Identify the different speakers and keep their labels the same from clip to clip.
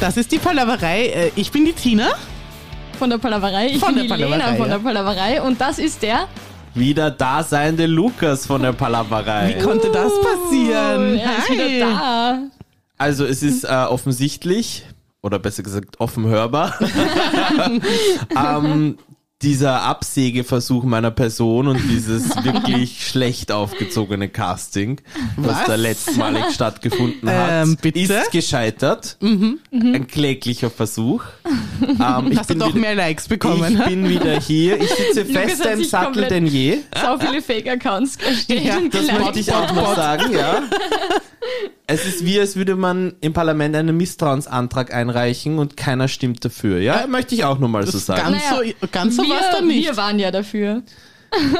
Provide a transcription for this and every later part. Speaker 1: Das ist die Palaverei. Äh, Ich bin die Tina.
Speaker 2: Von der Palaverei. Ich
Speaker 1: Von
Speaker 2: bin
Speaker 1: der
Speaker 2: die Lena
Speaker 1: Palaverei,
Speaker 2: von der
Speaker 1: ja.
Speaker 2: Palaverei. Und das ist der.
Speaker 3: Wieder da seiende Lukas von der Palaverei.
Speaker 1: Wie konnte das passieren?
Speaker 2: Oh, Er ist wieder
Speaker 1: Hi.
Speaker 2: da.
Speaker 3: Also es ist äh, offensichtlich, oder besser gesagt offen hörbar, ähm, dieser Absägeversuch meiner Person und dieses wirklich schlecht aufgezogene Casting, was,
Speaker 1: Was?
Speaker 3: da letztmalig stattgefunden hat,
Speaker 1: Ähm, bitte? Mhm,
Speaker 3: ist gescheitert. Ein kläglicher Versuch. Ähm, ich
Speaker 1: Hast du
Speaker 3: bin
Speaker 1: doch
Speaker 3: wieder,
Speaker 1: mehr Likes bekommen. ne?
Speaker 3: ich
Speaker 1: ha?
Speaker 3: bin wieder hier. Ich sitze
Speaker 2: Lukas
Speaker 3: fester
Speaker 2: hat
Speaker 3: im
Speaker 2: sich
Speaker 3: Sattel
Speaker 2: komplett-
Speaker 3: denn je.
Speaker 2: So viele Fake-Accounts erstellt
Speaker 1: Ja,
Speaker 2: und
Speaker 3: Das
Speaker 2: geliked.
Speaker 3: möchte ich auch noch sagen, ja. Es ist wie, als würde man im Parlament einen Misstrauensantrag einreichen und keiner stimmt dafür. Ja, möchte ich auch nur mal so sagen.
Speaker 1: Ganz
Speaker 2: Naja,
Speaker 1: so, ganz so
Speaker 2: wir,
Speaker 1: war es dann nicht.
Speaker 2: wir waren ja dafür.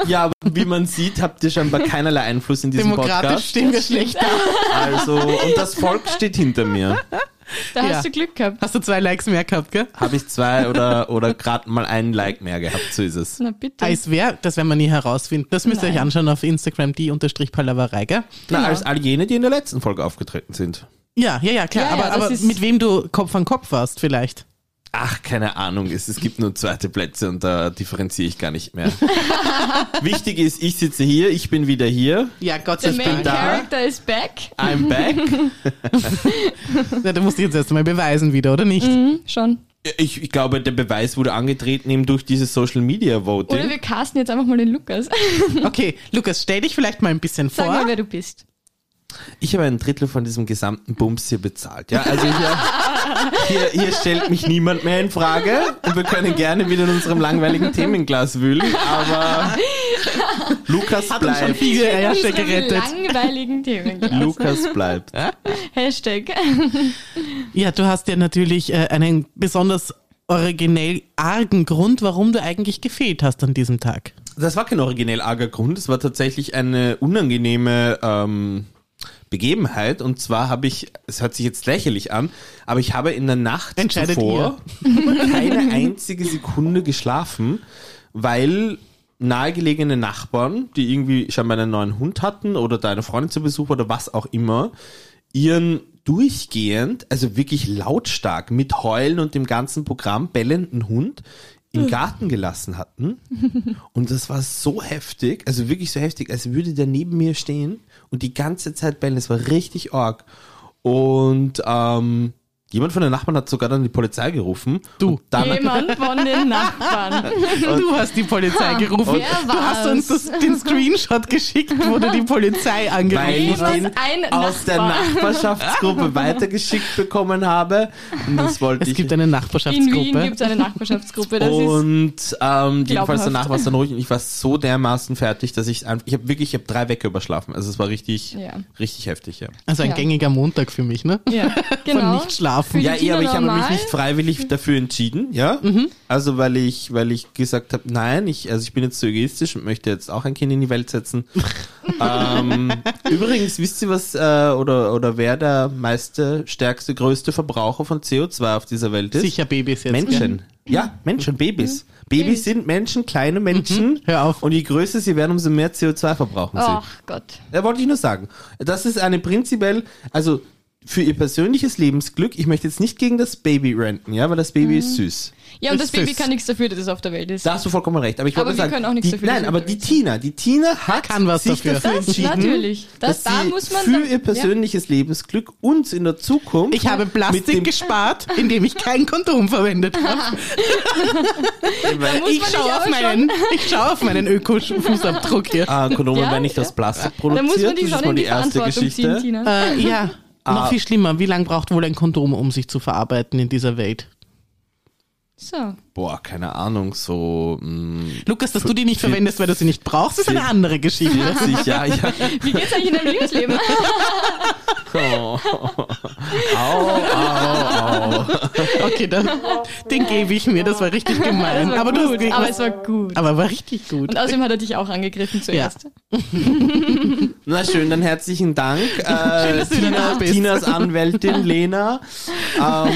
Speaker 3: Ja, aber wie man sieht, habt ihr scheinbar keinerlei Einfluss in diesem
Speaker 1: Demokratisch
Speaker 3: Podcast.
Speaker 1: stehen wir schlecht da.
Speaker 3: Also, und das Volk steht hinter mir.
Speaker 2: Da
Speaker 1: Ja.
Speaker 2: hast du Glück gehabt.
Speaker 1: Hast du zwei Likes mehr gehabt, gell?
Speaker 3: Habe ich zwei oder, oder gerade mal einen Like mehr gehabt, so ist es.
Speaker 2: Na bitte.
Speaker 1: Ah, es wär, das werden wir nie herausfinden. Das müsst ihr
Speaker 2: Nein.
Speaker 1: euch anschauen auf Instagram, die unterstrich Palaverei, gell?
Speaker 3: Na, als all jene, die in der letzten Folge aufgetreten sind.
Speaker 1: Ja, ja, ja, klar.
Speaker 2: Ja, ja,
Speaker 1: aber
Speaker 2: das
Speaker 1: aber
Speaker 2: ist-
Speaker 1: mit wem du Kopf an Kopf warst vielleicht.
Speaker 3: Ach, keine Ahnung, es, es gibt nur zweite Plätze und da differenziere ich gar nicht mehr. Wichtig ist, ich sitze hier, ich bin wieder hier.
Speaker 1: Ja, Gott
Speaker 2: Der
Speaker 1: sei
Speaker 2: Main
Speaker 1: Dank.
Speaker 3: da.
Speaker 2: Character is back.
Speaker 3: I'm back.
Speaker 1: Na, du musst dich jetzt erst einmal beweisen wieder, oder nicht?
Speaker 2: Hm, schon.
Speaker 3: Ich, ich glaube, der Beweis wurde angetreten eben durch dieses Social Media
Speaker 2: Oder
Speaker 3: Voting.
Speaker 2: wir casten jetzt einfach mal den Lukas.
Speaker 1: Okay, Lukas, stell dich vielleicht mal ein bisschen
Speaker 2: Sag
Speaker 1: vor.
Speaker 2: mal, wer du bist.
Speaker 3: Ich habe ein Drittel von diesem gesamten Bums hier bezahlt. Ja, also hier, hier, hier stellt mich niemand mehr in Frage. Und wir können gerne wieder in unserem langweiligen Themenglas wühlen, aber Lukas
Speaker 1: Hat uns schon
Speaker 3: bleibt.
Speaker 1: viele Ärsche
Speaker 2: Unsere
Speaker 1: gerettet.
Speaker 2: langweiligen Themen.
Speaker 3: Lukas bleibt.
Speaker 2: Hashtag.
Speaker 1: Ja, du hast ja natürlich äh, einen besonders originell argen Grund, warum du eigentlich gefehlt hast an diesem Tag.
Speaker 3: Das war kein originell arger Grund, es war tatsächlich eine unangenehme ähm, Begebenheit. Und zwar habe ich, es hört sich jetzt lächerlich an, aber ich habe in der Nacht
Speaker 1: Entscheidet
Speaker 3: zuvor keine einzige Sekunde geschlafen, weil nahegelegene Nachbarn, die irgendwie scheinbar einen neuen Hund hatten oder deine Freundin zu Besuch war oder was auch immer, ihren durchgehend, also wirklich lautstark mit Heulen und dem ganzen Programm bellenden Hund im
Speaker 2: Hm.
Speaker 3: Garten gelassen hatten. Und das war so heftig, also wirklich so heftig, als würde der neben mir stehen und die ganze Zeit bellen. Es war richtig arg. Und ähm, jemand von den Nachbarn hat sogar dann die Polizei gerufen.
Speaker 1: Du.
Speaker 3: Und dann,
Speaker 2: Jemand von den Nachbarn.
Speaker 1: Du hast die Polizei gerufen.
Speaker 2: wer
Speaker 1: du hast uns das, den Screenshot geschickt, wo du die Polizei
Speaker 3: weil
Speaker 1: angerufen
Speaker 3: ich
Speaker 1: hast.
Speaker 2: Jemand,
Speaker 3: den
Speaker 2: ein
Speaker 3: aus der
Speaker 2: Nachbar.
Speaker 3: Nachbarschaftsgruppe weitergeschickt bekommen habe. Und das wollte
Speaker 1: Es
Speaker 3: ich.
Speaker 1: gibt eine
Speaker 2: In Wien
Speaker 1: Nachbarschaftsgruppe.
Speaker 2: gibt es eine Nachbarschaftsgruppe. Das ist
Speaker 3: und ähm, jedenfalls
Speaker 2: glaubhaft.
Speaker 3: danach war es dann ruhig und ich war so dermaßen fertig, dass ich einfach, ich habe wirklich, ich habe drei Wecke überschlafen. Also es war richtig,
Speaker 2: Ja.
Speaker 3: richtig heftig, ja.
Speaker 1: Also ein
Speaker 2: Ja.
Speaker 1: gängiger Montag für mich, ne?
Speaker 2: Ja, genau.
Speaker 1: Von nicht schlafen.
Speaker 2: Für
Speaker 3: Ja,
Speaker 2: die
Speaker 3: eh, aber ich
Speaker 2: Tina
Speaker 3: habe mich
Speaker 2: normal? Mhm.
Speaker 3: nicht freiwillig dafür entschieden, ja. Also weil ich, weil ich gesagt habe, nein, ich, also ich bin jetzt so egoistisch und möchte jetzt auch ein Kind in die Welt setzen. ähm, übrigens, wisst ihr was, äh, oder, oder wer der meiste, stärkste, größte Verbraucher von CO2 auf dieser Welt ist?
Speaker 1: Sicher Babys jetzt. Gell?
Speaker 3: Menschen. Ja, Menschen,
Speaker 2: Mhm.
Speaker 3: Babys. Babys sind Menschen, kleine Menschen.
Speaker 1: Hör auf.
Speaker 3: Und je größer sie werden, umso mehr CO2 verbrauchen sie.
Speaker 2: Ach Gott.
Speaker 3: Da wollte ich nur sagen. Das ist eine prinzipiell, also für ihr persönliches Lebensglück, ich möchte jetzt nicht gegen das Baby renten, ja, weil das Baby ist
Speaker 2: Mhm.
Speaker 3: süß.
Speaker 2: Ja, und das
Speaker 1: Ist
Speaker 2: Baby
Speaker 1: es.
Speaker 2: kann nichts dafür, dass es auf der Welt ist.
Speaker 3: Da hast du vollkommen recht. Aber ich
Speaker 2: Aber
Speaker 3: wollte
Speaker 2: wir
Speaker 3: sagen,
Speaker 2: können auch nichts
Speaker 3: die,
Speaker 2: dafür, dass
Speaker 3: Nein,
Speaker 2: wir
Speaker 3: aber die
Speaker 2: unterwegs
Speaker 3: Tina, die Tina hat
Speaker 1: Kann was
Speaker 3: sich
Speaker 1: dafür.
Speaker 3: dafür
Speaker 2: Das
Speaker 3: entschieden.
Speaker 2: natürlich. Das-
Speaker 3: dass
Speaker 2: da
Speaker 3: sie
Speaker 2: muss man
Speaker 3: für
Speaker 2: dann-
Speaker 3: ihr persönliches Lebensglück uns in der Zukunft.
Speaker 1: Ich habe
Speaker 3: mit
Speaker 1: Plastik
Speaker 3: dem-
Speaker 1: gespart, indem ich kein Kondom verwendet habe.
Speaker 2: muss
Speaker 1: Ich
Speaker 2: man
Speaker 1: schaue
Speaker 2: nicht
Speaker 1: auf
Speaker 2: aber
Speaker 1: meinen, ich schaue auf meinen Öko-Fußabdruck hier.
Speaker 3: Ah, Kondome
Speaker 2: Ja,
Speaker 3: werden nicht aus Plastik
Speaker 2: Da muss man
Speaker 3: produziert.
Speaker 2: die
Speaker 3: Das ist
Speaker 2: schon
Speaker 3: mal
Speaker 2: in
Speaker 3: die
Speaker 2: die
Speaker 3: erste
Speaker 2: Verantwortung ziehen,
Speaker 3: Geschichte.
Speaker 2: Tina.
Speaker 1: Äh, ja,
Speaker 2: Ah.
Speaker 1: noch viel schlimmer. Wie lange braucht wohl ein Kondom, um sich zu verarbeiten in dieser Welt?
Speaker 2: So.
Speaker 3: Boah, keine Ahnung, so mm, mh,
Speaker 1: Lukas, dass du die nicht verwendest, weil du sie nicht brauchst, ist eine andere Geschichte.
Speaker 3: 40 Jahre. Ja.
Speaker 2: Wie geht's eigentlich in deinem Liebesleben?
Speaker 3: Oh. Au, au, au.
Speaker 1: Okay, dann, den gebe ich mir. Das war richtig gemein.
Speaker 2: Das war
Speaker 1: aber
Speaker 2: gut,
Speaker 1: du hast
Speaker 2: aber
Speaker 1: aber,
Speaker 2: es war gut.
Speaker 1: aber war richtig gut.
Speaker 2: Und außerdem hat er dich auch angegriffen zuerst.
Speaker 3: Na schön, dann herzlichen Dank. Äh,
Speaker 1: dass du wieder
Speaker 3: Tina,
Speaker 1: da bist.
Speaker 3: Tinas Anwältin Lena. Ähm,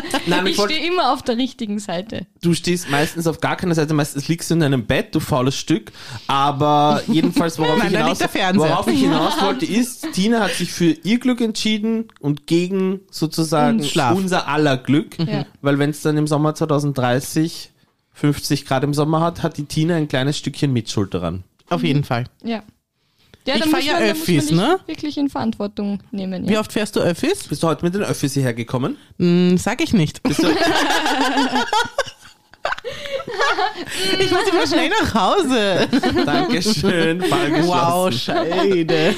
Speaker 3: nein,
Speaker 2: Ich
Speaker 3: ich wollt,
Speaker 2: stehe immer auf der richtigen Seite.
Speaker 3: du stehst meistens auf gar keiner Seite, meistens liegst du in deinem Bett, du faules Stück. Aber jedenfalls, worauf,
Speaker 1: Nein,
Speaker 3: ich,
Speaker 1: da
Speaker 3: hinaus,
Speaker 1: liegt der Fernseher.
Speaker 3: worauf ich hinaus wollte, ist, Tina hat sich für ihr Glück entschieden und gegen sozusagen
Speaker 1: Schlaf.
Speaker 3: unser aller Glück.
Speaker 2: Ja.
Speaker 3: Weil wenn es dann im Sommer 2030 50 Grad im Sommer hat, hat die Tina ein kleines Stückchen Mitschuld daran.
Speaker 1: Auf jeden Fall.
Speaker 2: Ja. ja
Speaker 1: Ich
Speaker 2: da muss
Speaker 1: feier
Speaker 2: man- da muss
Speaker 1: Öffis,
Speaker 2: man
Speaker 1: ne?
Speaker 2: dich Wirklich in Verantwortung nehmen.
Speaker 1: Wie
Speaker 2: Ja.
Speaker 1: oft fährst du Öffis?
Speaker 3: Bist du heute mit den Öffis hierher gekommen?
Speaker 1: Hm, sag ich nicht.
Speaker 3: Bist du,
Speaker 1: Ich muss immer schnell nach Hause.
Speaker 3: Dankeschön, Fall geschlossen.
Speaker 1: Wow, Scheide.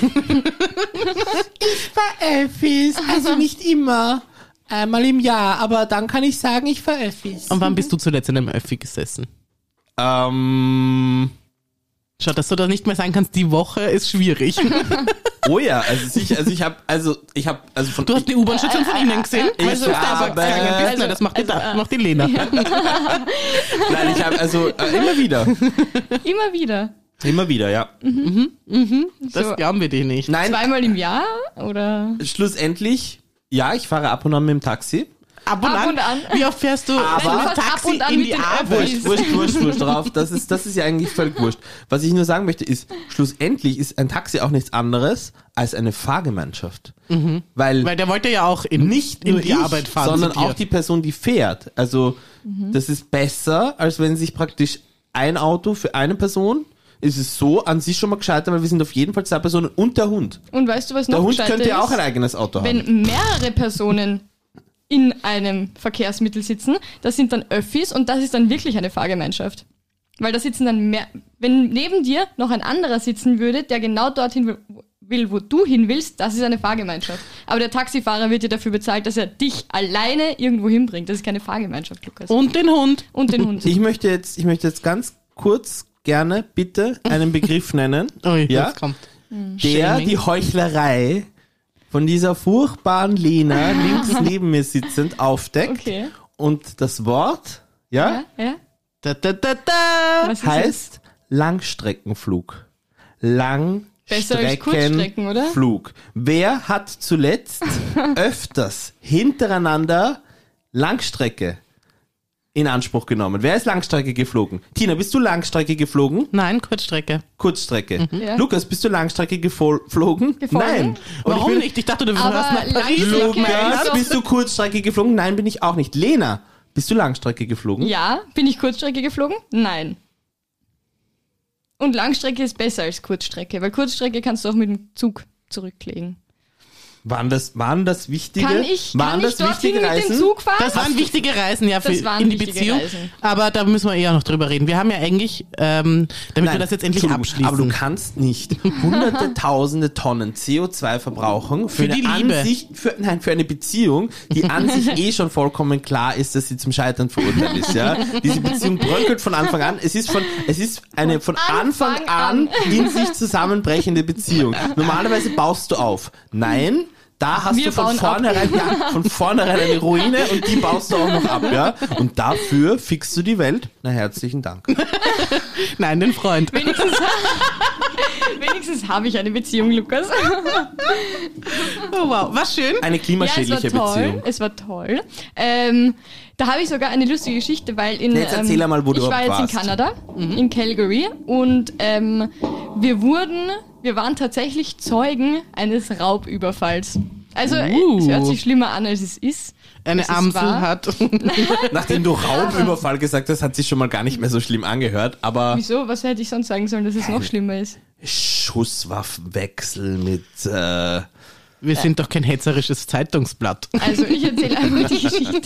Speaker 3: Ich war Öffis, also nicht immer. Einmal im Jahr, aber dann kann ich sagen, ich war Öffis.
Speaker 1: Und wann bist du zuletzt in einem Öffi gesessen?
Speaker 3: Ähm,
Speaker 1: Schau, dass du das nicht mehr sagen kannst, die Woche ist schwierig.
Speaker 3: oh ja, also sicher, also ich habe, also ich habe, also von
Speaker 1: Du hast die U-Bahn schon von innen gesehen?
Speaker 3: Ich
Speaker 1: Weil du ins Starbucks
Speaker 3: habe-
Speaker 1: gegangen bist. Nein, das macht die,
Speaker 2: Also,
Speaker 1: da,
Speaker 2: äh,
Speaker 1: macht die Lena.
Speaker 3: nein, ich habe also äh, immer wieder,
Speaker 2: Immer wieder.
Speaker 3: immer wieder, ja.
Speaker 1: Das
Speaker 2: So
Speaker 1: glauben wir dir nicht.
Speaker 3: Nein,
Speaker 2: zweimal im Jahr oder
Speaker 3: schlussendlich, ja, ich fahre ab und an mit dem Taxi.
Speaker 1: Ab und,
Speaker 2: Ab
Speaker 1: an,
Speaker 2: und an.
Speaker 1: Wie oft fährst du
Speaker 3: Aber-
Speaker 1: mit dem
Speaker 2: Ab
Speaker 1: Taxi
Speaker 2: und an
Speaker 1: in
Speaker 2: mit
Speaker 1: die
Speaker 2: den
Speaker 1: Arbeit?
Speaker 2: Öffis.
Speaker 3: Wurscht, wurscht, wurscht, wurscht drauf. Das ist, das ist ja eigentlich völlig wurscht. Was ich nur sagen möchte ist, schlussendlich ist ein Taxi auch nichts anderes als eine Fahrgemeinschaft. Weil
Speaker 1: Weil der wollte ja auch in, nicht in
Speaker 3: nur
Speaker 1: die
Speaker 3: ich,
Speaker 1: Arbeit fahren.
Speaker 3: sondern
Speaker 1: zu dir.
Speaker 3: auch die Person, die fährt. Also das ist besser, als wenn sich praktisch ein Auto für eine Person ist es so an sich schon mal gescheiter, weil wir sind auf jeden Fall zwei Personen und der Hund.
Speaker 2: und weißt du was noch
Speaker 3: Der Hund
Speaker 2: gescheiter
Speaker 3: könnte ja
Speaker 2: ist?
Speaker 3: auch ein eigenes Auto haben.
Speaker 2: wenn mehrere Personen in einem Verkehrsmittel sitzen, das sind dann Öffis und das ist dann wirklich eine Fahrgemeinschaft. Weil da sitzen dann mehr, wenn neben dir noch ein anderer sitzen würde, der genau dorthin will- will, wo du hin willst, das ist eine Fahrgemeinschaft. Aber der Taxifahrer wird dir dafür bezahlt, dass er dich alleine irgendwo hinbringt. Das ist keine Fahrgemeinschaft, Lukas.
Speaker 1: Und den Hund.
Speaker 2: Und den Hund.
Speaker 3: Ich möchte jetzt, ich möchte jetzt ganz kurz gerne bitte einen Begriff nennen,
Speaker 1: Ui,
Speaker 3: Ja?
Speaker 1: jetzt kommt.
Speaker 3: der
Speaker 1: Shaming.
Speaker 3: die Heuchlerei von dieser furchtbaren Lena links neben mir sitzend aufdeckt.
Speaker 2: Okay.
Speaker 3: Und das Wort, ja?
Speaker 2: Ja, ja.
Speaker 1: Da, da, da, da.
Speaker 2: Was ist es?
Speaker 3: heißt Langstreckenflug.
Speaker 2: Besser als Kurzstrecken, oder?
Speaker 3: Langstreckenflug. Wer hat zuletzt öfters hintereinander Langstrecke in Anspruch genommen? Wer ist Langstrecke geflogen? Tina, bist du Langstrecke geflogen?
Speaker 1: Nein, Kurzstrecke.
Speaker 3: Kurzstrecke.
Speaker 2: Mhm. Ja.
Speaker 3: Lukas, bist du Langstrecke gefol- geflogen?
Speaker 2: Geflogen?
Speaker 3: Nein. Und ich
Speaker 1: Warum
Speaker 3: bin-
Speaker 1: nicht? Ich dachte, du
Speaker 2: Aber
Speaker 1: warst nach Paris.
Speaker 2: Langstrecke-
Speaker 1: Luke.
Speaker 2: Ist
Speaker 3: Lukas,
Speaker 2: doch-
Speaker 3: bist du Kurzstrecke geflogen? Nein, bin ich auch nicht. Lena, bist du Langstrecke geflogen?
Speaker 2: Ja, bin ich Kurzstrecke geflogen? Nein. Und Langstrecke ist besser als Kurzstrecke, weil Kurzstrecke kannst du auch mit dem Zug zurücklegen.
Speaker 3: Waren das, waren das wichtige,
Speaker 2: Kann ich,
Speaker 3: waren
Speaker 2: kann ich
Speaker 3: das
Speaker 2: dorthin
Speaker 3: wichtige
Speaker 2: mit
Speaker 3: Reisen?
Speaker 2: dem Zug fahren?
Speaker 1: Das waren wichtige Reisen, ja, für,
Speaker 2: Das waren
Speaker 1: in die
Speaker 2: wichtige
Speaker 1: Beziehung.
Speaker 2: Reisen.
Speaker 1: Aber da müssen wir eher noch drüber reden. Wir haben ja eigentlich, ähm, damit wir das jetzt endlich
Speaker 3: Entschuldigung,
Speaker 1: abschließen.
Speaker 3: Aber du kannst nicht hunderte, tausende Tonnen CO2 verbrauchen für,
Speaker 1: Für die
Speaker 3: eine
Speaker 1: Liebe.
Speaker 3: An sich, für, nein, für eine Beziehung, die an sich eh schon vollkommen klar ist, dass sie zum Scheitern verurteilt ist. Ja? Diese Beziehung bröckelt von Anfang an. Es ist, von, es ist eine von Anfang,
Speaker 2: Anfang
Speaker 3: an,
Speaker 2: an.
Speaker 3: in sich zusammenbrechende Beziehung. Normalerweise baust du auf. Nein. Da hast
Speaker 2: Wir
Speaker 3: du von
Speaker 2: bauen ab.
Speaker 3: vornherein, ja, von vornherein eine Ruine und die baust du auch noch ab, ja. Und dafür fixst du die Welt. Na, herzlichen Dank.
Speaker 1: Nein, den Freund.
Speaker 2: Wenigstens, wenigstens habe ich eine Beziehung, Lukas.
Speaker 1: Oh, wow, war schön.
Speaker 3: Eine
Speaker 2: es war
Speaker 3: klimaschädliche
Speaker 2: toll.
Speaker 3: Beziehung.
Speaker 2: Es war toll. Ähm, da habe ich sogar eine lustige Geschichte, weil in.
Speaker 3: Jetzt erzähl
Speaker 2: ähm,
Speaker 3: einmal, wo du
Speaker 2: Ich war jetzt
Speaker 3: überhaupt
Speaker 2: in
Speaker 3: warst. Mhm.
Speaker 2: Kanada, in Calgary, und ähm, wir wurden, wir waren tatsächlich Zeugen eines Raubüberfalls. Also,
Speaker 1: Uh.
Speaker 2: es hört sich schlimmer an, als es ist.
Speaker 1: Eine
Speaker 2: Es ist
Speaker 1: Amsel
Speaker 2: wahr.
Speaker 1: hat.
Speaker 3: Nachdem du Raubüberfall gesagt hast, hat sich schon mal gar nicht mehr so schlimm angehört, aber
Speaker 2: Wieso? Was hätte ich sonst sagen sollen, dass es
Speaker 3: Äh.
Speaker 2: noch schlimmer ist?
Speaker 3: Schusswaffenwechsel mit äh,
Speaker 1: Wir sind doch kein hetzerisches Zeitungsblatt.
Speaker 2: Also ich erzähle einfach die Geschichte.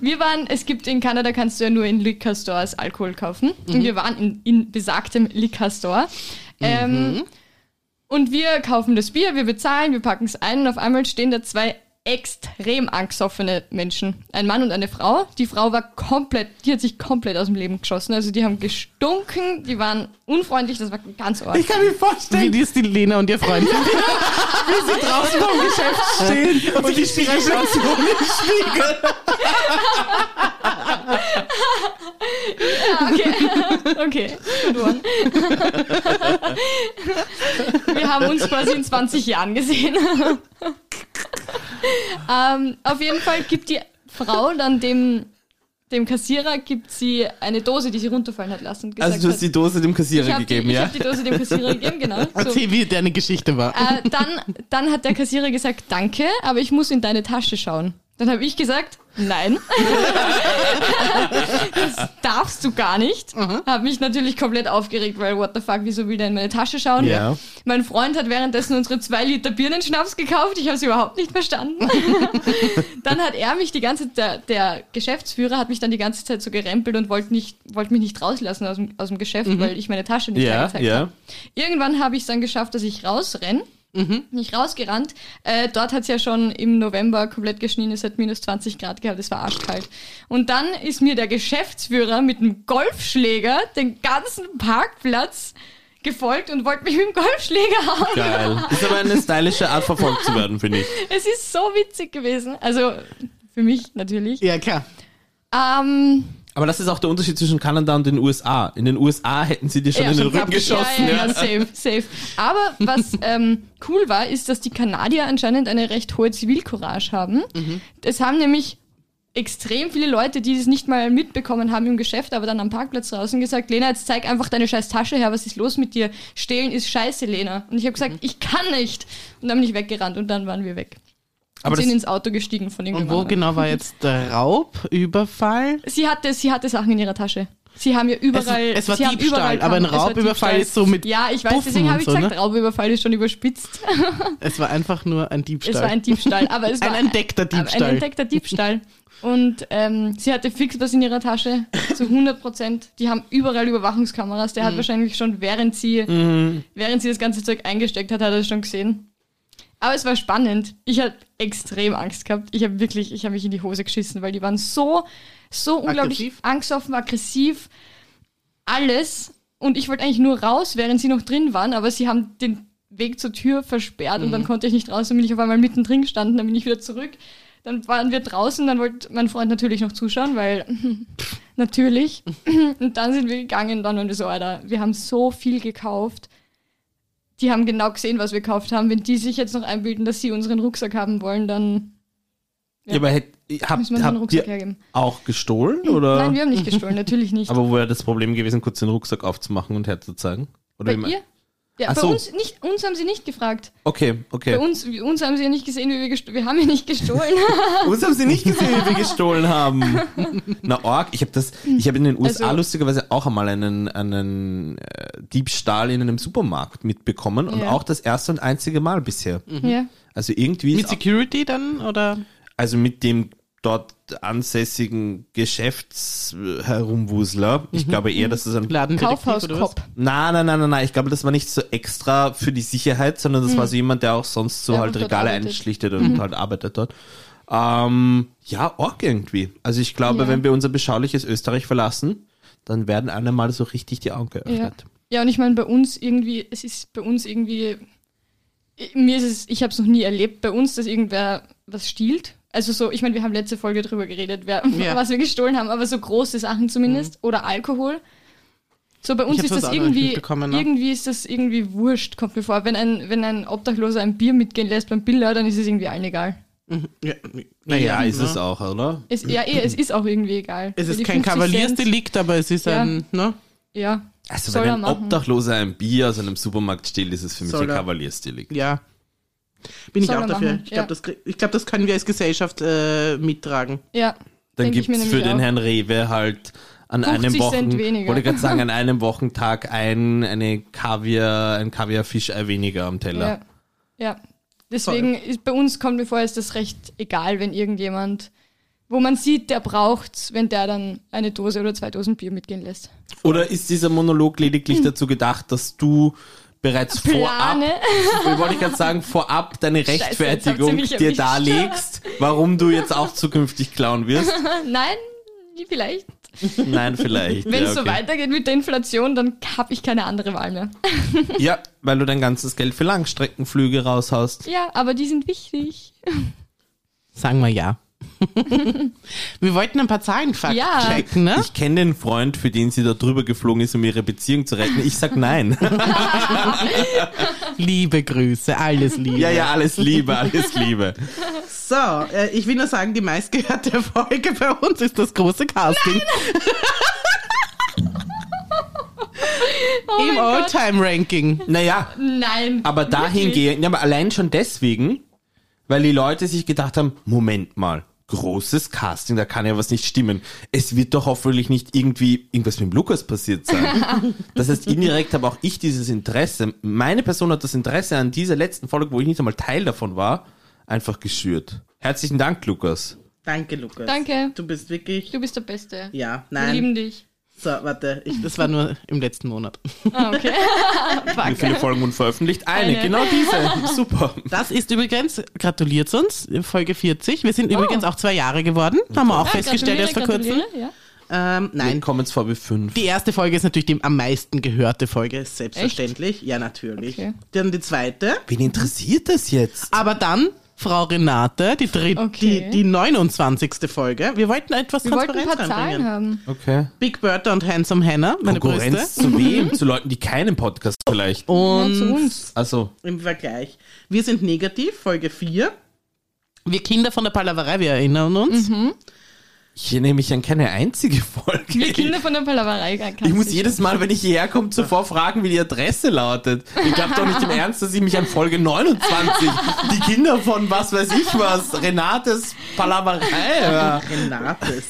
Speaker 2: Wir waren, es gibt in Kanada kannst du ja nur in Liquor Stores Alkohol kaufen. Und wir waren in, in besagtem Liquor Store. Ähm, Und wir kaufen das Bier, wir bezahlen, wir packen es ein und auf einmal stehen da zwei extrem angesoffene Menschen. Ein Mann und eine Frau. Die Frau war komplett, die hat sich komplett aus dem Leben geschossen. Also die haben gestunken, die waren unfreundlich, das war ganz arg.
Speaker 1: kann mir vorstellen, wie ist die Lena und ihr Freund sind. wie sie draußen vom Geschäft stehen und, sich die Situation im Spiegel.
Speaker 2: Okay. Okay, good one. Wir haben uns quasi in 20 Jahren gesehen. ähm, auf jeden Fall gibt die Frau dann dem, dem Kassierer gibt sie eine Dose, die sie runterfallen hat lassen. und gesagt
Speaker 3: Also du hast
Speaker 2: hat,
Speaker 3: die Dose dem
Speaker 2: ich
Speaker 3: Kassierer
Speaker 2: habe die,
Speaker 3: gegeben,
Speaker 2: ich
Speaker 3: ja?
Speaker 2: hab die Dose dem Kassierer gegeben, genau. So.
Speaker 1: Erzähl, wie deine Geschichte war.
Speaker 2: Äh, dann, dann hat der Kassierer gesagt, danke, aber ich muss in deine Tasche schauen. Dann habe ich gesagt, nein. das darfst du gar nicht.
Speaker 3: Mhm.
Speaker 2: Habe mich natürlich komplett aufgeregt, weil what the fuck, wieso will der in meine Tasche schauen?
Speaker 3: Ja.
Speaker 2: Mein Freund hat währenddessen unsere zwei Liter Birnenschnaps gekauft. Ich habe es überhaupt nicht verstanden. dann hat er mich die ganze der, der Geschäftsführer hat mich dann die ganze Zeit so gerempelt und wollte nicht, wollte mich nicht rauslassen aus dem, aus dem Geschäft, weil ich meine Tasche nicht
Speaker 3: Mhm. Ja,
Speaker 2: hergezeigt
Speaker 3: ja.
Speaker 2: habe. Irgendwann habe ich es dann geschafft, dass ich rausrenne. Bin ich rausgerannt. Äh, dort hat es ja schon im November komplett geschnien, es hat minus 20 Grad gehabt, es war arschkalt. Und dann ist mir der Geschäftsführer mit einem Golfschläger den ganzen Parkplatz gefolgt und wollte mich mit dem Golfschläger hauen.
Speaker 3: Geil. Ist aber eine stylische Art, verfolgt zu werden, finde ich.
Speaker 2: Es ist so witzig gewesen. Also für mich natürlich.
Speaker 1: ja, klar.
Speaker 2: Ähm,
Speaker 3: Aber das ist auch der Unterschied zwischen Kanada und den USA. In den USA hätten sie dir schon in den Rücken geschossen.
Speaker 2: Ja, ja,
Speaker 3: Ja,
Speaker 2: ja, safe, safe. Aber was ähm, cool war, ist, dass die Kanadier anscheinend eine recht hohe Zivilcourage haben.
Speaker 3: Mhm.
Speaker 2: Es haben nämlich extrem viele Leute, die es nicht mal mitbekommen haben im Geschäft, aber dann am Parkplatz draußen gesagt, Lena, jetzt zeig einfach deine scheiß Tasche her, was ist los mit dir? Stehlen ist scheiße, Lena. Und ich habe
Speaker 3: Mhm.
Speaker 2: gesagt, ich kann nicht. Und dann bin ich weggerannt und dann waren wir weg.
Speaker 3: Aber
Speaker 2: und sind
Speaker 3: das,
Speaker 2: ins Auto gestiegen von dem
Speaker 1: Und wo genau war jetzt der Raub, Überfall?
Speaker 2: Sie hatte, sie hatte Sachen in ihrer Tasche. Sie haben ja
Speaker 1: Es,
Speaker 2: überall.
Speaker 1: es war
Speaker 2: sie haben überall
Speaker 1: Diebstahl, aber ein
Speaker 2: Kameras. Es war
Speaker 1: Raubüberfall ist so
Speaker 2: Diebstahl.
Speaker 1: mit.
Speaker 2: Ja, ich weiß,
Speaker 1: Puffen
Speaker 2: deswegen
Speaker 1: und
Speaker 2: habe ich
Speaker 1: so,
Speaker 2: gesagt,
Speaker 1: ne?
Speaker 2: Raubüberfall ist schon überspitzt.
Speaker 1: Es war einfach nur ein Diebstahl.
Speaker 2: Es war ein Diebstahl, aber es war
Speaker 1: Ein entdeckter Diebstahl.
Speaker 2: Ein entdeckter Diebstahl. Und ähm, sie hatte fix was in ihrer Tasche, zu 100 Prozent. Die haben überall Überwachungskameras.
Speaker 1: Mhm.
Speaker 2: Der hat wahrscheinlich schon, während sie, während sie das ganze Zeug eingesteckt hat, hat er es schon gesehen. Aber es war spannend. Ich hatte extrem Angst gehabt. Ich habe wirklich, ich habe mich in die Hose geschissen, weil die waren so, so unglaublich
Speaker 1: Aggressiv?
Speaker 2: angstoffen, aggressiv, alles. Und ich wollte eigentlich nur raus, während sie noch drin waren, aber sie haben den Weg zur Tür versperrt und dann konnte ich nicht raus. Dann bin ich auf einmal mittendrin gestanden, dann bin ich wieder zurück. Dann waren wir draußen, dann wollte mein Freund natürlich noch zuschauen, weil natürlich. Und dann sind wir gegangen, dann und wir so, Alter, wir haben so viel gekauft. Die haben genau gesehen, was wir gekauft haben. Wenn die sich jetzt noch einbilden, dass sie unseren Rucksack haben wollen, dann
Speaker 3: ja, aber hätt, habt,
Speaker 2: müssen wir unseren
Speaker 3: habt
Speaker 2: Rucksack
Speaker 3: ihr
Speaker 2: hergeben.
Speaker 3: auch gestohlen? Oder?
Speaker 2: Nein, wir haben nicht gestohlen, natürlich nicht.
Speaker 3: aber wo wäre das Problem gewesen, kurz den Rucksack aufzumachen und herzuzeigen? Oder
Speaker 2: bei
Speaker 3: wie-
Speaker 2: ihr? Ja,
Speaker 3: Ach
Speaker 2: bei
Speaker 3: so.
Speaker 2: uns, nicht, uns haben sie nicht gefragt.
Speaker 3: Okay, okay.
Speaker 2: Bei uns, uns haben sie ja nicht gesehen, wie wir gestohlen Wir haben ja nicht gestohlen.
Speaker 3: Uns haben sie nicht gesehen, wie wir gestohlen haben. Na, Org, ich habe das, ich habe in den USA
Speaker 2: Also-
Speaker 3: lustigerweise auch einmal einen, einen äh, Diebstahl in einem Supermarkt mitbekommen und
Speaker 2: Ja. Mhm.
Speaker 3: auch das erste und einzige Mal bisher.
Speaker 2: ja.
Speaker 3: Also irgendwie
Speaker 1: Mit
Speaker 3: ist,
Speaker 1: Security dann? Oder?
Speaker 3: also mit dem dort ansässigen Geschäftsherumwusler,
Speaker 2: Mhm.
Speaker 3: ich glaube eher, dass es ein
Speaker 1: Ladendetektiv oder was?
Speaker 2: Kaufhauskopf.
Speaker 3: Nein, nein, nein, nein, nein. Ich glaube, das war nicht so extra für die Sicherheit, sondern das war so jemand, der auch sonst so
Speaker 2: Hm. Der
Speaker 3: halt
Speaker 2: dort
Speaker 3: Regale
Speaker 2: arbeitet. Mhm.
Speaker 3: einschlichtet und halt arbeitet dort. Ähm, ja, Org irgendwie. Also ich glaube,
Speaker 2: Ja.
Speaker 3: wenn wir unser beschauliches Österreich verlassen, dann werden einem mal so richtig die Augen
Speaker 2: Ja.
Speaker 3: geöffnet.
Speaker 2: ja, und ich meine, bei uns irgendwie, es ist bei uns irgendwie, ich- mir ist es, ich habe es noch nie erlebt, bei uns, dass irgendwer was stiehlt. Also so, ich meine, wir haben letzte Folge drüber geredet, wer,
Speaker 1: Ja.
Speaker 2: was wir gestohlen haben, aber so große Sachen zumindest oder Alkohol. So bei uns
Speaker 1: hab's
Speaker 2: ist
Speaker 1: das
Speaker 2: das
Speaker 1: auch noch nicht
Speaker 2: irgendwie,
Speaker 1: mitbekommen, ne?
Speaker 2: irgendwie ist das irgendwie wurscht, kommt mir vor. Wenn ein, wenn ein Obdachloser ein Bier mitgehen lässt beim Biller, dann ist es irgendwie allen egal.
Speaker 1: Mhm. Ja,
Speaker 3: Naja, ist
Speaker 1: ne?
Speaker 3: es auch, oder?
Speaker 2: Es, ja, eh, es ist auch irgendwie egal.
Speaker 1: Es
Speaker 2: Für
Speaker 1: ist
Speaker 2: die
Speaker 1: kein
Speaker 2: 50 Cent,
Speaker 1: Kavaliersdelikt, aber es ist
Speaker 2: Ja.
Speaker 1: ein. Ne?
Speaker 2: Ja.
Speaker 3: Also
Speaker 2: Soll
Speaker 3: wenn
Speaker 2: er
Speaker 3: ein
Speaker 2: machen.
Speaker 3: Obdachloser ein Bier aus einem Supermarkt stiehlt, ist es für mich
Speaker 1: Soll
Speaker 3: ein
Speaker 1: er.
Speaker 3: Kavaliersdelikt.
Speaker 1: Ja. Bin ich
Speaker 2: Soll
Speaker 1: auch
Speaker 2: er
Speaker 1: dafür.
Speaker 2: machen,
Speaker 1: Ich
Speaker 2: ja.
Speaker 1: glaube, das, krieg- ich glaub, das können wir als Gesellschaft äh, mittragen.
Speaker 2: Ja.
Speaker 3: Dann
Speaker 2: Denk ich
Speaker 3: gibt
Speaker 2: mir
Speaker 3: es für
Speaker 2: nämlich
Speaker 3: den
Speaker 2: auch.
Speaker 3: Herrn Rewe halt an
Speaker 2: 50
Speaker 3: einem Wochen,
Speaker 2: Cent weniger.
Speaker 3: wollte gerade sagen, an einem Wochentag ein, eine Kaviar, ein Kaviarfisch äh, weniger am Teller.
Speaker 2: Ja. ja. Deswegen ist, bei uns kommt mir vor, ist das recht egal, wenn irgendjemand, wo man sieht, der braucht's, wenn der dann eine Dose oder zwei Dosen Bier mitgehen lässt.
Speaker 3: Oder ist dieser Monolog lediglich dazu gedacht, dass du bereits
Speaker 2: Hm. Plane.
Speaker 3: vorab, wollte ich gerade sagen, vorab deine
Speaker 2: jetzt habt ihr
Speaker 3: Rechtfertigung
Speaker 2: mich
Speaker 3: dir
Speaker 2: erwischt.
Speaker 3: darlegst, warum du jetzt auch zukünftig klauen wirst?
Speaker 2: Nein, vielleicht.
Speaker 3: Nein, vielleicht.
Speaker 2: Wenn es
Speaker 3: ja,
Speaker 2: so weitergeht mit der Inflation, dann habe ich keine andere Wahl mehr.
Speaker 3: Ja, weil du dein ganzes Geld für Langstreckenflüge raushaust.
Speaker 2: Ja, aber die sind wichtig.
Speaker 1: Sagen wir ja. Wir wollten ein paar Zahlen fact
Speaker 2: Ja.
Speaker 1: checken, ne?
Speaker 3: Ich kenne den Freund, für den sie da drüber geflogen ist, um ihre Beziehung zu retten. Ich sag nein.
Speaker 1: Liebe Grüße, alles Liebe.
Speaker 3: ja, ja, alles Liebe, alles Liebe.
Speaker 1: So, äh, ich will nur sagen, die meistgehörte Folge bei uns ist das große Casting
Speaker 2: Oh mein
Speaker 1: im
Speaker 2: Gott.
Speaker 1: All-Time-Ranking.
Speaker 3: Naja,
Speaker 2: Nein.
Speaker 3: aber
Speaker 2: wirklich.
Speaker 3: dahingehend, ja, aber allein schon deswegen, weil die Leute sich gedacht haben, Moment mal, großes Casting, da kann ja was nicht stimmen. Es wird doch hoffentlich nicht irgendwie irgendwas mit dem Lukas passiert sein. das heißt, indirekt habe auch ich dieses Interesse, meine Person hat das Interesse an dieser letzten Folge, wo ich nicht einmal Teil davon war, einfach geschürt. Herzlichen Dank, Lukas.
Speaker 1: Danke, Lukas.
Speaker 2: Danke.
Speaker 1: Du bist wirklich.
Speaker 2: Du bist der Beste.
Speaker 1: Ja,
Speaker 2: Wir
Speaker 1: nein.
Speaker 2: lieben dich.
Speaker 1: So, warte. Ich, das war nur im letzten Monat.
Speaker 2: Ah, okay.
Speaker 3: Wie viele Folgen wurden veröffentlicht? Eine,
Speaker 2: Eine.
Speaker 3: genau diese. Super.
Speaker 1: Das ist übrigens, gratuliert uns, Folge 40. Wir sind übrigens auch zwei Jahre geworden. Haben wir auch festgestellt erst vor kurzem.
Speaker 2: Oh. Gratuliere, gratuliere, Ja.
Speaker 1: Ähm, nein.
Speaker 3: Nein. Comments VW 5.
Speaker 1: Die erste Folge ist natürlich die am meisten gehörte Folge, selbstverständlich. Ja, natürlich.
Speaker 2: Okay.
Speaker 1: Dann die zweite.
Speaker 3: Wen interessiert das jetzt?
Speaker 1: Aber dann Frau Renate, die, dritt,
Speaker 2: Okay.
Speaker 1: die, die 29. Folge. Wir wollten etwas
Speaker 2: Wir wollten ein
Speaker 1: Transparenz
Speaker 2: paar Zahlen
Speaker 1: reinbringen.
Speaker 2: haben.
Speaker 3: Okay.
Speaker 1: Big Bertha und Handsome Hannah, meine
Speaker 3: Konkurrenz
Speaker 1: Brüste.
Speaker 3: zu wem? zu Leuten, die keinen Podcast vielleicht.
Speaker 2: Nur zu
Speaker 1: Und
Speaker 2: uns.
Speaker 3: Also,
Speaker 1: im Vergleich. Wir sind negativ, Folge 4. Wir Kinder von der Palaverei, wir erinnern uns.
Speaker 2: Mhm.
Speaker 3: hier nehme ich an keine einzige Folge.
Speaker 2: Wir Kinder von der Palaverei. ganz
Speaker 3: ich muss
Speaker 2: sicher.
Speaker 3: jedes Mal, wenn ich hierher komme, zuvor fragen, wie die Adresse lautet. Ich glaube doch nicht im Ernst, dass ich mich an Folge 29, die Kinder von was weiß ich was, Renates Palaverei. äh. Ja.
Speaker 1: Renates.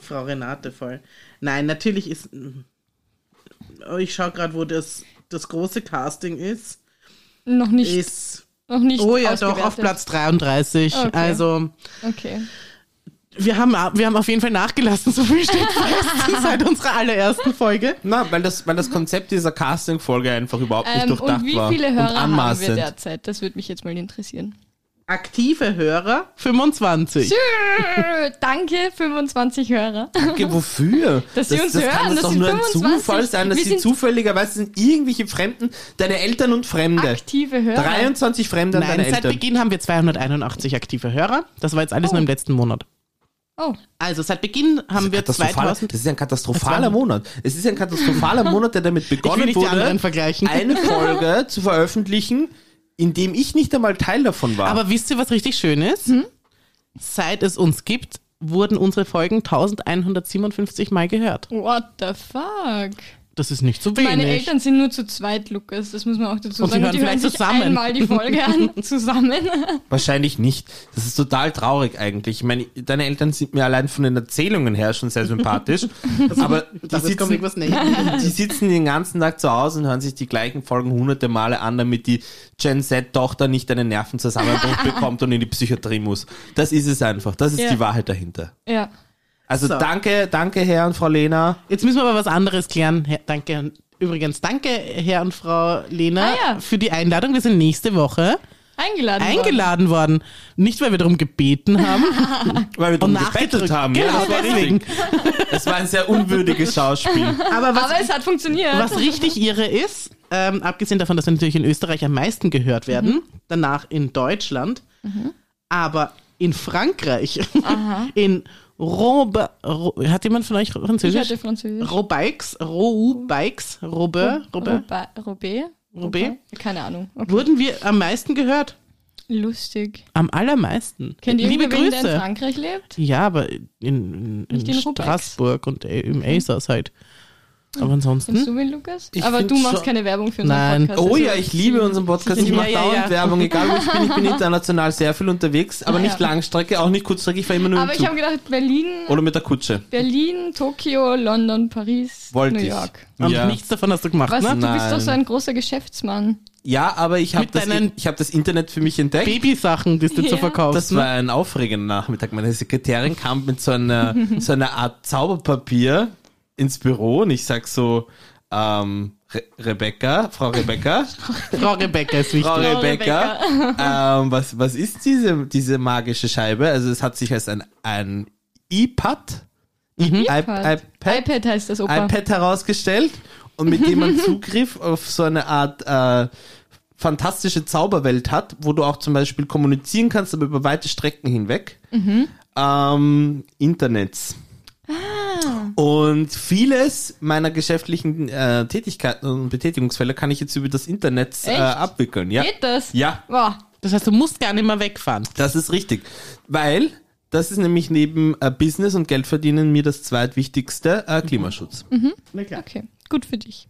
Speaker 1: Frau Renate voll. Nein, natürlich ist. Oh, Ich schaue gerade, wo das, das große Casting ist.
Speaker 2: Noch nicht.
Speaker 1: Ist.
Speaker 2: noch nicht
Speaker 1: Oh ja, doch,
Speaker 2: ausgewertet.
Speaker 1: auf Platz 33.
Speaker 2: Okay.
Speaker 1: Also,
Speaker 2: Okay.
Speaker 1: wir haben, wir haben auf jeden Fall nachgelassen, so viel steht fest seit unserer allerersten Folge.
Speaker 3: Na, weil das, weil das Konzept dieser Casting-Folge einfach überhaupt nicht
Speaker 2: Ähm,
Speaker 3: durchdacht
Speaker 2: und wie
Speaker 3: war.
Speaker 2: viele
Speaker 3: und
Speaker 2: Hörer haben wir
Speaker 3: anmaßend.
Speaker 2: derzeit? Das würde mich jetzt mal interessieren.
Speaker 1: Aktive Hörer 25.
Speaker 2: Tschö, Danke, 25 Hörer.
Speaker 3: Danke, wofür?
Speaker 2: Dass sie uns
Speaker 3: das
Speaker 2: hören,
Speaker 3: kann
Speaker 2: das
Speaker 3: doch
Speaker 2: sind
Speaker 3: nur ein
Speaker 2: 25.
Speaker 3: Zufall sein, dass
Speaker 2: Wir
Speaker 3: sie
Speaker 2: sind-
Speaker 3: zufälligerweise sind irgendwelche Fremden, deine Eltern und Fremde.
Speaker 2: Aktive Hörer.
Speaker 3: 23 Fremde an
Speaker 1: Nein,
Speaker 3: deine
Speaker 1: seit
Speaker 3: Eltern.
Speaker 1: Beginn haben wir 281 aktive Hörer. Das war jetzt alles
Speaker 2: Oh.
Speaker 1: nur im letzten Monat.
Speaker 2: Oh,
Speaker 1: Also seit Beginn haben wir
Speaker 3: Katastrophaler-
Speaker 1: 2000.
Speaker 3: das ist ein katastrophaler Monat. Es ist ein katastrophaler Monat, der damit
Speaker 1: Ich will
Speaker 3: begonnen
Speaker 1: nicht die anderen
Speaker 3: wurde,
Speaker 1: vergleichen.
Speaker 3: eine Folge zu veröffentlichen, in dem ich nicht einmal Teil davon war.
Speaker 1: Aber wisst ihr, was richtig schön ist? Seit es uns gibt, wurden unsere Folgen 1157 Mal gehört.
Speaker 2: what the fuck?
Speaker 1: Das ist nicht so wenig.
Speaker 2: Meine Eltern sind nur zu zweit, Lukas. Das muss man auch dazu
Speaker 1: Und die
Speaker 2: sagen.
Speaker 1: hören vielleicht
Speaker 2: sich
Speaker 1: zusammen.
Speaker 2: einmal die Folge an, zusammen.
Speaker 3: Wahrscheinlich nicht. Das ist total traurig eigentlich. Ich meine, deine Eltern sind mir allein von den Erzählungen her schon sehr sympathisch. aber die
Speaker 1: das ist kommt
Speaker 3: sitzen,
Speaker 1: irgendwas nicht.
Speaker 3: Die sitzen den ganzen Tag zu Hause und hören sich die gleichen Folgen hunderte Male an, damit die Gen Z-Tochter nicht einen Nervenzusammenbruch bekommt und in die Psychiatrie muss. Das ist es einfach. Das ist
Speaker 2: Ja.
Speaker 3: die Wahrheit dahinter.
Speaker 2: Ja.
Speaker 3: Also
Speaker 1: So.
Speaker 3: danke, danke Herr und Frau Lena.
Speaker 1: Jetzt müssen wir aber was anderes klären. Herr, danke. Übrigens, danke, Herr und Frau Lena,
Speaker 2: Ah, ja.
Speaker 1: für die Einladung. Wir sind nächste Woche
Speaker 2: Eingeladen.
Speaker 1: eingeladen worden. Nicht, weil wir darum gebeten haben
Speaker 3: Weil wir
Speaker 1: und
Speaker 3: drum gebettelt
Speaker 1: nachgedrückt
Speaker 3: haben.
Speaker 1: Genau,
Speaker 3: ja, das, war
Speaker 1: deswegen.
Speaker 3: richtig. das war ein sehr unwürdiges Schauspiel.
Speaker 1: Aber
Speaker 2: Worden.
Speaker 1: was,
Speaker 2: Aber es hat funktioniert.
Speaker 1: was richtig irre ist, ähm, abgesehen davon, dass wir natürlich in Österreich am meisten gehört werden, danach in Deutschland, aber in Frankreich, in Robe, Ro, hat jemand von euch
Speaker 2: Ich
Speaker 1: Französisch?
Speaker 2: hatte Französisch.
Speaker 1: Robikes, Roubikes, Robe, Robe,
Speaker 2: Robé? Robé?
Speaker 1: Robé?
Speaker 2: Keine Ahnung. Okay.
Speaker 1: wurden wir am meisten gehört.
Speaker 2: Lustig.
Speaker 1: Am allermeisten.
Speaker 2: Kennt ihr
Speaker 1: Liebe
Speaker 2: irgendwen, der in
Speaker 1: Grüße.
Speaker 2: Frankreich lebt?
Speaker 1: Ja, aber in, in, in,
Speaker 2: Nicht in Rubex.
Speaker 1: Straßburg und äh, im Elsass halt. Aber
Speaker 2: Kennst
Speaker 1: ansonsten.
Speaker 2: du wen, Lukas?
Speaker 3: Hm? Ich
Speaker 2: Aber
Speaker 3: find
Speaker 2: du machst
Speaker 3: schon-
Speaker 2: keine Werbung für unseren
Speaker 1: Nein.
Speaker 2: Podcast.
Speaker 3: Oh
Speaker 2: also-
Speaker 3: ja, ich liebe unseren Podcast. Ich
Speaker 1: Ja,
Speaker 3: mache
Speaker 1: ja,
Speaker 3: dauernd
Speaker 1: ja.
Speaker 3: Werbung, egal wo ich bin. Ich bin international sehr viel unterwegs, aber
Speaker 2: Ja.
Speaker 3: nicht Langstrecke, auch nicht Kurzstrecke. Ich fahre immer nur im
Speaker 2: Aber ich habe
Speaker 3: Zug.
Speaker 2: gedacht, Berlin,
Speaker 3: Oder mit der Kutsche.
Speaker 2: Berlin, Tokio, London, Paris,
Speaker 3: Wollte
Speaker 2: New
Speaker 3: ich.
Speaker 2: York.
Speaker 1: Und
Speaker 3: Ja.
Speaker 1: nichts davon hast du gemacht,
Speaker 2: Was,
Speaker 1: ne?
Speaker 2: du bist
Speaker 3: Nein.
Speaker 2: doch so ein großer Geschäftsmann.
Speaker 3: Ja, aber ich habe
Speaker 1: Mit
Speaker 3: das,
Speaker 1: deinen-
Speaker 3: ich hab das Internet für mich entdeckt.
Speaker 1: Babysachen, die du zu
Speaker 2: Ja.
Speaker 1: verkaufen.
Speaker 3: Das war ein aufregender Nachmittag. Meine Sekretärin kam mit so einer, so einer Art Zauberpapier ins Büro und ich sag so, ähm, Re Rebecca, Frau Rebecca,
Speaker 1: Frau Rebecca ist
Speaker 3: Frau
Speaker 1: wichtig.
Speaker 3: Rebecca, ähm, was, was ist diese, diese magische Scheibe? Also es hat sich als ein, ein iPad, iPad,
Speaker 2: iPad.
Speaker 3: iPad,
Speaker 2: iPad heißt das, Opa.
Speaker 3: iPad herausgestellt und mit dem man Zugriff auf so eine Art äh, fantastische Zauberwelt hat, wo du auch zum Beispiel kommunizieren kannst, aber über weite Strecken hinweg.
Speaker 2: Mhm.
Speaker 3: Ähm, Internets.
Speaker 2: Ah.
Speaker 3: Und vieles meiner geschäftlichen äh, Tätigkeiten und Betätigungsfälle kann ich jetzt über das Internet äh,
Speaker 2: Echt?
Speaker 3: abwickeln. Ja.
Speaker 2: Geht das?
Speaker 3: Ja,
Speaker 2: Wow.
Speaker 1: Das heißt, du musst gar nicht mehr wegfahren.
Speaker 3: das ist richtig. Weil das ist nämlich neben äh, Business und Geld verdienen mir das zweitwichtigste
Speaker 2: Mhm.
Speaker 3: äh, Klimaschutz.
Speaker 1: Na klar.
Speaker 2: Okay, gut für dich.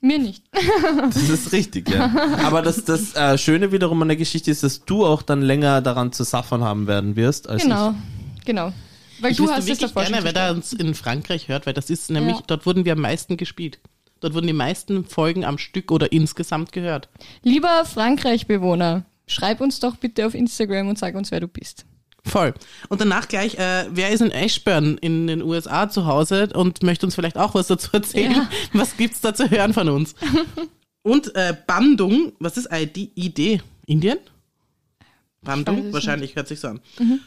Speaker 2: Mir nicht.
Speaker 3: Das ist richtig, ja. Aber das, das äh, Schöne wiederum an der Geschichte ist, dass du auch dann länger daran zu saffern haben werden wirst. Als
Speaker 2: Genau, genau. Weil
Speaker 1: Ich
Speaker 2: du
Speaker 1: wüsste
Speaker 2: hast es
Speaker 1: wirklich
Speaker 2: davor
Speaker 1: gerne,
Speaker 2: schon
Speaker 1: wer da uns in Frankreich hört, weil das ist nämlich,
Speaker 2: Ja.
Speaker 1: dort wurden wir am meisten gespielt. Dort wurden die meisten Folgen am Stück oder insgesamt gehört.
Speaker 2: Lieber Frankreich-Bewohner, schreib uns doch bitte auf Instagram und sag uns, wer du bist.
Speaker 1: Voll. Und danach gleich, äh, wer ist in Ashburn in den USA zu Hause und möchte uns vielleicht auch was dazu erzählen?
Speaker 2: Ja.
Speaker 1: Was gibt's da zu hören von uns? Und äh, Bandung, was ist ID? Idee? Indien?
Speaker 2: Ich weiß
Speaker 1: Bandung,
Speaker 2: es Mhm.
Speaker 1: wahrscheinlich, hört sich so an.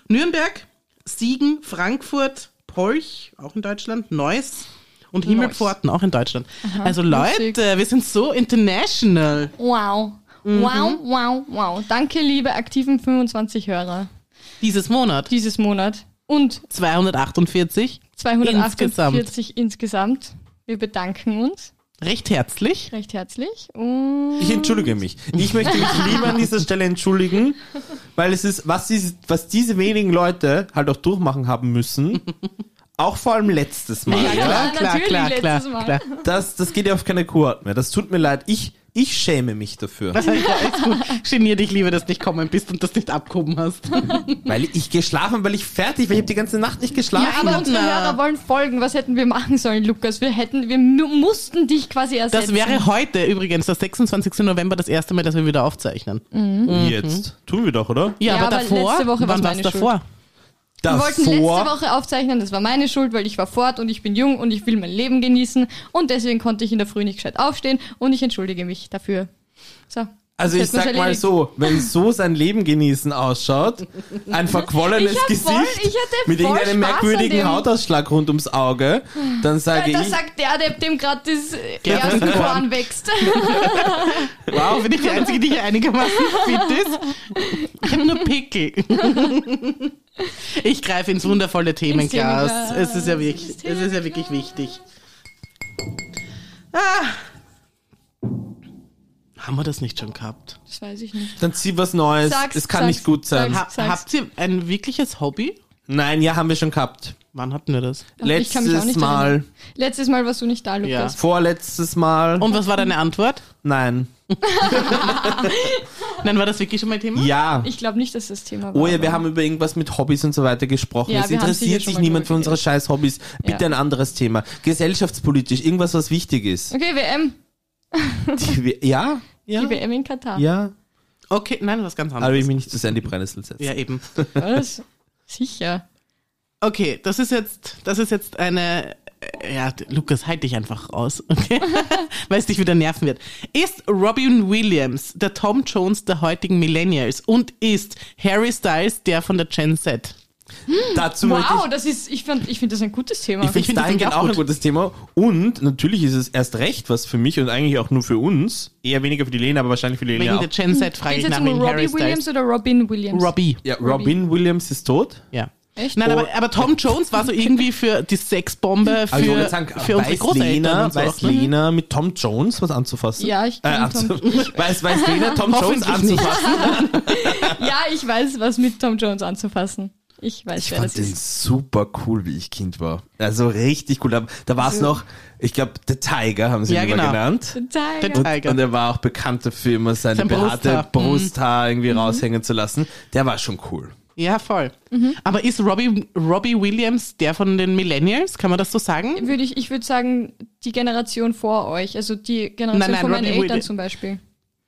Speaker 1: Nürnberg, Siegen, Frankfurt, Polch, auch in Deutschland, Neuss und Himmelpforten, auch in Deutschland. also Leute,
Speaker 2: lustig.
Speaker 1: wir sind so international.
Speaker 2: Wow. Wow, wow, wow. Danke, liebe aktiven 25 Hörer
Speaker 1: Dieses Monat
Speaker 2: dieses Monat und
Speaker 1: 248.
Speaker 2: 248 insgesamt. Wir bedanken uns
Speaker 1: Recht herzlich.
Speaker 2: recht herzlich. Und
Speaker 3: Ich entschuldige mich. Ich möchte mich lieber an dieser Stelle entschuldigen, weil es ist, was diese, was diese wenigen Leute halt auch durchmachen haben müssen, auch vor allem letztes Mal.
Speaker 2: Ja, klar, natürlich,
Speaker 1: klar,
Speaker 2: letztes Mal.
Speaker 1: klar.
Speaker 3: Das, das geht ja auf keine Kurat mehr. Das tut mir leid. Ich, ich schäme mich dafür,
Speaker 1: Ja, ist gut. Genier dich lieber, dass du nicht kommen bist und das nicht abgehoben hast.
Speaker 3: weil ich geschlafen, weil ich fertig, weil ich habe die ganze Nacht nicht
Speaker 2: ja,
Speaker 3: geschlafen.
Speaker 2: aber unsere
Speaker 1: na.
Speaker 2: Hörer wollen folgen. Was hätten wir machen sollen, Lukas? Wir hätten, wir mu- mussten dich quasi
Speaker 1: Das
Speaker 2: ersetzen.
Speaker 1: wäre heute übrigens, das 26. November, das erste Mal, dass wir wieder aufzeichnen.
Speaker 3: Jetzt tun wir doch, oder?
Speaker 1: Ja,
Speaker 2: Mhm. Ja,
Speaker 1: aber
Speaker 2: aber
Speaker 1: davor,
Speaker 2: letzte Woche war's
Speaker 1: wann war's
Speaker 2: meine
Speaker 1: davor?
Speaker 2: Wir wollten letzte
Speaker 3: Davor-
Speaker 2: Woche aufzeichnen, das war meine Schuld, weil ich war fort und ich bin jung und ich will mein Leben genießen und deswegen konnte ich in der Früh nicht gescheit aufstehen und ich entschuldige mich dafür. So.
Speaker 3: Also
Speaker 2: das
Speaker 3: ich
Speaker 2: hätten wir
Speaker 3: sag
Speaker 2: schon
Speaker 3: mal
Speaker 2: erledigt.
Speaker 3: so, wenn so sein Leben genießen ausschaut, ein verquollenes
Speaker 2: Ich hab
Speaker 3: Gesicht
Speaker 2: voll- ich hatte
Speaker 3: mit
Speaker 2: voll
Speaker 3: irgendeinem
Speaker 2: Spaß an
Speaker 3: merkwürdigen
Speaker 2: dem-
Speaker 3: Hautausschlag rund ums Auge, dann sage
Speaker 2: Das
Speaker 3: ich,
Speaker 2: sagt der, der dem gerade das äh,
Speaker 1: Ja, das ist
Speaker 2: Gerstenkorn wächst.
Speaker 1: Wow, bin ich die Einzige, die hier einigermaßen fit ist? Ich habe nur Pickel. Ich greife ins wundervolle Themenglas.
Speaker 2: Themenglas.
Speaker 1: Es ist ja wirklich, es ist ja wirklich wichtig. Ah. Haben wir das nicht schon gehabt?
Speaker 2: Das weiß ich nicht.
Speaker 3: dann zieh was Neues,
Speaker 2: Sag's,
Speaker 3: es kann
Speaker 2: sag's,
Speaker 3: nicht gut sein.
Speaker 2: sag's.
Speaker 1: Ha habt ihr ein wirkliches Hobby?
Speaker 3: Nein, ja, haben wir schon gehabt.
Speaker 1: Wann hatten wir das?
Speaker 2: Ich kann mich auch
Speaker 3: Letztes
Speaker 2: nicht
Speaker 3: Mal,
Speaker 2: erinnern. Letztes Mal warst du nicht da, Lukas.
Speaker 3: vorletztes Mal,
Speaker 1: Und was war deine Antwort?
Speaker 3: nein,
Speaker 1: Nein, war das wirklich schon mal Thema?
Speaker 3: ja.
Speaker 2: Ich glaube nicht, dass das Thema war.
Speaker 3: Oh ja, wir
Speaker 2: aber-
Speaker 3: haben über irgendwas mit Hobbys und so weiter gesprochen.
Speaker 2: Ja,
Speaker 3: es
Speaker 2: wir haben sicher
Speaker 3: interessiert
Speaker 2: schon
Speaker 3: sich
Speaker 2: mal
Speaker 3: niemand für
Speaker 2: drüber
Speaker 3: unsere scheiß Hobbys. Bitte
Speaker 2: Ja.
Speaker 3: ein anderes Thema. Gesellschaftspolitisch, irgendwas, was wichtig ist.
Speaker 2: Okay, WM.
Speaker 3: Die- Ja? Ja?
Speaker 2: Die WM in Katar.
Speaker 3: Ja?
Speaker 1: Okay, nein, was ganz
Speaker 3: Aber
Speaker 1: anderes.
Speaker 3: ich mich nicht zu sehr in die Brennnessel setze.
Speaker 1: Ja, eben.
Speaker 2: Was? Sicher.
Speaker 1: Okay, das ist jetzt, das ist jetzt eine. äh, Ja, d- Lukas, halt dich einfach raus, okay? Weil es dich wieder nerven wird. Ist Robin Williams der Tom Jones der heutigen Millennials und ist Harry Styles der von der Gen Z?
Speaker 3: Dazu möchte ich
Speaker 2: Wow, das ist, ich finde ich find das ein gutes Thema.
Speaker 3: Ich finde
Speaker 1: find das eigentlich
Speaker 3: dahingehend auch
Speaker 1: auch
Speaker 3: ein
Speaker 1: gut.
Speaker 3: gutes Thema. Und natürlich ist es erst recht was für mich und eigentlich auch nur für uns. Eher weniger für die Lena, aber wahrscheinlich für die
Speaker 1: Wegen
Speaker 3: Lena auch.
Speaker 1: der Gen Z frage ich
Speaker 2: Geht jetzt
Speaker 1: nach
Speaker 2: um
Speaker 1: wegen Harry
Speaker 2: Robbie
Speaker 1: Styles.
Speaker 2: Williams oder Robin Williams?
Speaker 1: Robbie.
Speaker 3: Ja, Robin Williams ist tot.
Speaker 1: Ja.
Speaker 2: Echt?
Speaker 1: Nein, aber, aber Tom Jones war so irgendwie für die Sexbombe für,
Speaker 3: Oh. Also ich wollte sagen,
Speaker 1: für unsere
Speaker 3: weiß
Speaker 1: Großeltern.
Speaker 3: Lena,
Speaker 1: und so
Speaker 3: weiß
Speaker 1: auch, ne?
Speaker 3: Lena mit Tom Jones was anzufassen?
Speaker 2: Ja, ich kenn
Speaker 3: anzu-
Speaker 2: Tom-
Speaker 3: weiß, weiß Lena Tom Jones
Speaker 1: Hoffentlich nicht.
Speaker 3: anzufassen?
Speaker 2: Ja, ich weiß, was mit Tom Jones anzufassen. Ich weiß,
Speaker 3: Ich
Speaker 2: wer das
Speaker 3: fand den
Speaker 2: ist.
Speaker 3: super cool, wie ich Kind war. Also richtig cool. Da, da war
Speaker 2: Also
Speaker 3: es noch, ich glaube, The Tiger haben sie
Speaker 1: Ja,
Speaker 3: ihn immer
Speaker 1: genau.
Speaker 3: genannt.
Speaker 2: Tiger.
Speaker 1: Den- Tiger.
Speaker 3: Und er war auch bekannt dafür, immer seine
Speaker 1: Sein
Speaker 3: behaarte
Speaker 1: Brusthaar. Mhm.
Speaker 3: Brusthaar irgendwie raushängen zu lassen. Der war schon cool.
Speaker 1: Ja, voll.
Speaker 2: Mhm.
Speaker 1: Aber ist Robbie, Robbie Williams der von den Millennials? Kann man das so sagen?
Speaker 2: Würde ich, ich würde sagen, die Generation vor euch, also die Generation
Speaker 1: Nein, nein,
Speaker 2: von meinen
Speaker 1: Robbie
Speaker 2: Eltern
Speaker 1: Williams.
Speaker 2: zum Beispiel.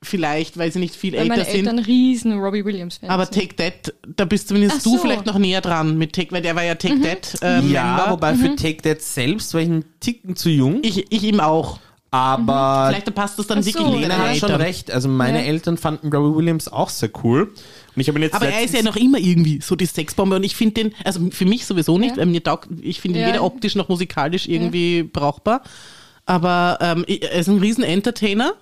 Speaker 1: Vielleicht, weil sie nicht viel
Speaker 2: Weil
Speaker 1: älter
Speaker 2: meine
Speaker 1: sind.
Speaker 2: Eltern riesen Robbie Williams-Fans
Speaker 1: Aber
Speaker 2: sind.
Speaker 1: Take That, da bist zumindest
Speaker 2: Ach
Speaker 1: du
Speaker 2: so. Mhm.
Speaker 1: vielleicht noch näher dran mit Take, weil der war ja Take That. Ähm,
Speaker 3: Ja,
Speaker 1: Member.
Speaker 3: wobei für Take That selbst war ich einen Ticken zu jung.
Speaker 1: Ich, ich ihm auch.
Speaker 3: Äh, aber
Speaker 1: Vielleicht passt das dann
Speaker 2: Ach
Speaker 1: wirklich
Speaker 2: so,
Speaker 1: in
Speaker 3: Lena
Speaker 1: deine
Speaker 3: hat schon
Speaker 1: Eltern.
Speaker 3: recht. Also meine
Speaker 2: Ja.
Speaker 3: Eltern fanden Robbie Williams auch sehr cool. Und ich habe ihn jetzt
Speaker 1: Aber er ist ja noch immer irgendwie so die Sexbombe und ich finde den, also für mich sowieso nicht,
Speaker 2: Ja.
Speaker 1: weil mir taugt, ich finde ihn
Speaker 2: Ja.
Speaker 1: weder optisch noch musikalisch irgendwie brauchbar. Aber ähm, er ist ein riesen Entertainer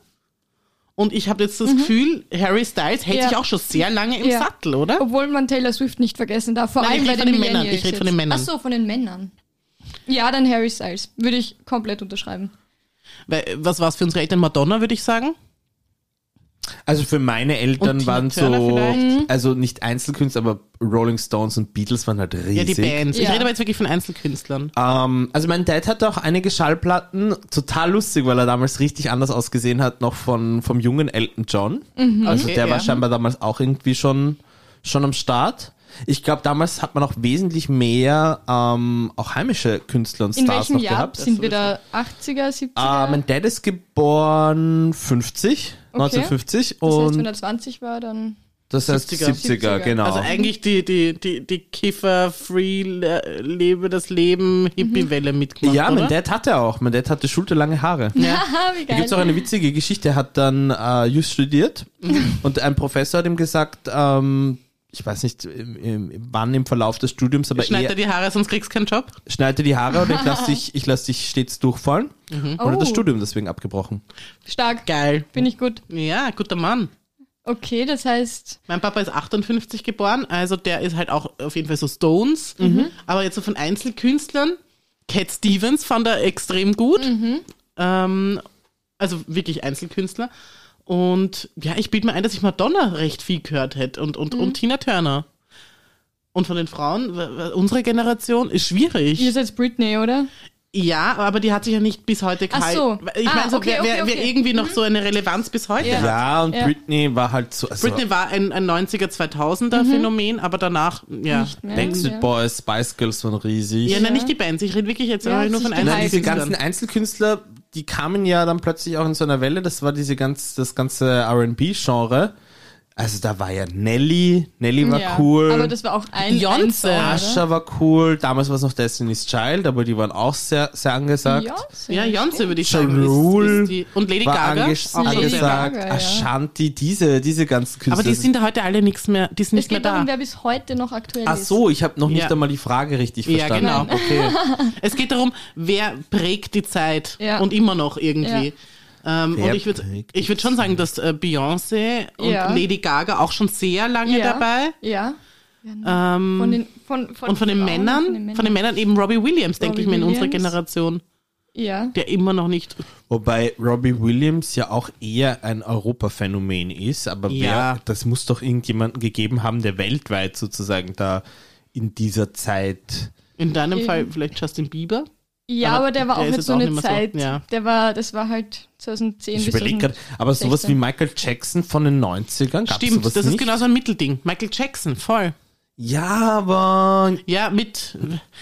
Speaker 1: Und ich habe jetzt das Gefühl, Harry Styles hält
Speaker 2: Mhm. Ja.
Speaker 1: sich auch schon sehr lange im
Speaker 2: Ja.
Speaker 1: Sattel, oder?
Speaker 2: Obwohl man Taylor Swift nicht vergessen darf, vor
Speaker 1: Nein,
Speaker 2: allem
Speaker 1: ich
Speaker 2: bei
Speaker 1: rede
Speaker 2: den,
Speaker 1: von den Männern,
Speaker 2: Millennials
Speaker 1: ich rede von
Speaker 2: jetzt.
Speaker 1: den Männern.
Speaker 2: Ach so, von den Männern. Ja, dann Harry Styles. Würde ich komplett unterschreiben.
Speaker 1: Weil, was war es für unsere Eltern? Madonna, würde ich sagen.
Speaker 3: Also für meine
Speaker 1: Und
Speaker 3: Eltern
Speaker 1: Tina
Speaker 3: waren
Speaker 1: Turner
Speaker 3: so,
Speaker 1: vielleicht?
Speaker 3: also nicht Einzelkünstler, aber Rolling Stones und Beatles waren halt riesig.
Speaker 1: Ja, die Bands. Ich
Speaker 2: Ja.
Speaker 1: rede aber jetzt wirklich von Einzelkünstlern.
Speaker 3: Ähm, also mein Dad hatte auch einige Schallplatten, total lustig, weil er damals richtig anders ausgesehen hat, noch von, vom jungen Elton John. Also
Speaker 1: Okay,
Speaker 3: der war
Speaker 1: ja.
Speaker 3: scheinbar damals auch irgendwie schon, schon am Start. Ich glaube, damals hat man auch wesentlich mehr ähm, auch heimische Künstler und
Speaker 2: In
Speaker 3: Stars
Speaker 2: welchem
Speaker 3: noch
Speaker 2: Jahr
Speaker 3: gehabt.
Speaker 2: sind wir da? 80er, 70er?
Speaker 3: Äh, mein Dad ist geboren 50,
Speaker 2: Okay.
Speaker 3: 1950
Speaker 2: das heißt, wenn
Speaker 3: und
Speaker 2: er 20 war, dann...
Speaker 3: das heißt
Speaker 1: 70er.
Speaker 3: 70er, genau.
Speaker 1: Also eigentlich die, die, die, die Kiffer, Free, Le- Lebe das Leben, Hippie-Welle
Speaker 2: Mhm.
Speaker 1: mitgemacht,
Speaker 3: ja,
Speaker 1: oder?
Speaker 3: mein Dad hatte auch. Mein Dad hatte schulterlange Haare.
Speaker 2: Haha, wie
Speaker 3: Da
Speaker 2: geil.
Speaker 3: gibt es auch eine witzige Geschichte. Er hat dann äh, Just studiert und ein Professor hat ihm gesagt, ähm, ich weiß nicht im, im, wann im Verlauf des Studiums, aber
Speaker 1: Schneid dir
Speaker 3: er
Speaker 1: die Haare, sonst kriegst du keinen Job.
Speaker 3: schneide die Haare und ich lasse dich, ich lass dich stets durchfallen. Und
Speaker 2: Oh.
Speaker 3: hat das Studium deswegen abgebrochen.
Speaker 2: Stark.
Speaker 1: Geil.
Speaker 2: Bin ich gut.
Speaker 1: Ja, guter Mann.
Speaker 2: Okay, das heißt...
Speaker 1: Mein Papa ist 58 geboren, also der ist halt auch auf jeden Fall so Stones.
Speaker 2: Mhm.
Speaker 1: Aber jetzt so von Einzelkünstlern. Cat Stevens fand er extrem gut.
Speaker 2: Mhm.
Speaker 1: Ähm, also wirklich Einzelkünstler. Und ja, ich bilde mir ein, dass ich Madonna recht viel gehört hätte und, und,
Speaker 2: Mhm.
Speaker 1: und Tina Turner. Und von den Frauen, w- w- unsere Generation ist schwierig.
Speaker 2: Ihr seid Britney, oder?
Speaker 1: Ja, aber die hat sich ja nicht bis heute
Speaker 2: Ach
Speaker 1: gehalten.
Speaker 2: so.
Speaker 1: Ich
Speaker 2: Ah,
Speaker 1: meine, so,
Speaker 2: okay,
Speaker 1: wer, wer,
Speaker 2: okay,
Speaker 1: wer
Speaker 2: okay. Mhm.
Speaker 1: irgendwie noch so eine Relevanz bis heute
Speaker 2: Ja.
Speaker 1: hat.
Speaker 3: Ja, und
Speaker 2: Ja.
Speaker 3: Britney war halt so. Also
Speaker 1: Britney war ein, ein 90er, 2000er Phänomen, aber danach, ja.
Speaker 2: Mhm. Nicht mehr.
Speaker 3: Backstreet
Speaker 2: Ja.
Speaker 3: Boys, Spice Girls waren riesig.
Speaker 1: Ja, nein,
Speaker 2: Ja.
Speaker 1: nicht die Bands. Ich rede wirklich jetzt
Speaker 2: Ja,
Speaker 1: nur von
Speaker 2: sich gehalten.
Speaker 3: Nein, diese
Speaker 1: Einzelkünstlern.
Speaker 3: ganzen Einzelkünstler, die kamen ja dann plötzlich auch in so einer Welle. Das war diese ganz, das ganze R&B-Genre. Also da war ja Nelly, Nelly war
Speaker 2: ja.
Speaker 3: cool.
Speaker 2: Aber das war auch ein
Speaker 1: Beyoncé.
Speaker 2: ein Song,
Speaker 3: Asha war cool, damals war es noch Destiny's Child, aber die waren auch sehr, sehr
Speaker 2: oder?
Speaker 3: angesagt.
Speaker 2: Beyoncé.
Speaker 1: Ja, Beyoncé würde ich
Speaker 3: Ja,
Speaker 1: sagen.
Speaker 3: Rule
Speaker 1: Ist, ist die, und Lady
Speaker 3: war
Speaker 1: Gaga.
Speaker 3: anges-
Speaker 1: auch
Speaker 2: Lady
Speaker 1: sehr.
Speaker 3: angesagt,
Speaker 2: Gaga, ja.
Speaker 3: Ashanti, diese, diese ganzen Künstler.
Speaker 1: aber die sind heute alle nichts mehr, die sind
Speaker 2: Es
Speaker 1: nicht mehr
Speaker 2: geht
Speaker 1: da.
Speaker 2: darum, wer bis heute noch aktuell
Speaker 3: Ach
Speaker 2: ist.
Speaker 3: so, ich habe noch nicht
Speaker 1: Ja.
Speaker 3: einmal die Frage richtig
Speaker 1: Ja,
Speaker 3: verstanden.
Speaker 1: genau.
Speaker 3: Okay.
Speaker 1: Es geht darum, wer prägt die Zeit
Speaker 2: Ja.
Speaker 1: und immer noch irgendwie. Ähm,
Speaker 3: Wer
Speaker 1: und ich würde
Speaker 3: prägt
Speaker 1: ich würd schon sagen, dass äh, Beyoncé und
Speaker 2: Ja.
Speaker 1: Lady Gaga auch schon sehr lange
Speaker 2: Ja.
Speaker 1: dabei.
Speaker 2: Ja.
Speaker 1: Ähm,
Speaker 2: Von den, von, von
Speaker 1: und von den,
Speaker 2: Frauen,
Speaker 1: Männern,
Speaker 2: Von den Männern.
Speaker 1: von den Männern eben Robbie Williams, denke
Speaker 2: Robbie
Speaker 1: ich mir, in unserer
Speaker 2: Williams.
Speaker 1: Generation,
Speaker 2: ja.
Speaker 1: der immer noch nicht.
Speaker 3: Wobei Robbie Williams ja auch eher ein Europa-Phänomen ist, aber
Speaker 1: Ja.
Speaker 3: wer, das muss doch irgendjemanden gegeben haben, der weltweit sozusagen da in dieser Zeit.
Speaker 1: In deinem
Speaker 2: Eben.
Speaker 1: Fall vielleicht Justin Bieber.
Speaker 2: Ja,
Speaker 1: Aber
Speaker 2: aber, der war
Speaker 1: der
Speaker 2: auch
Speaker 1: ist
Speaker 2: nicht
Speaker 1: jetzt
Speaker 2: so
Speaker 1: auch
Speaker 2: eine
Speaker 1: nicht mehr so,
Speaker 2: Zeit.
Speaker 1: ja.
Speaker 2: Der war, das war halt 2010
Speaker 3: Ich
Speaker 2: bis
Speaker 3: überlege gerade, aber sowas
Speaker 2: 16.
Speaker 3: wie Michael Jackson von den 90ern gab es
Speaker 1: Stimmt,
Speaker 3: sowas
Speaker 1: das ist
Speaker 3: nicht.
Speaker 1: genau so ein Mittelding. Michael Jackson, voll.
Speaker 3: ja, aber
Speaker 1: Ja, mit.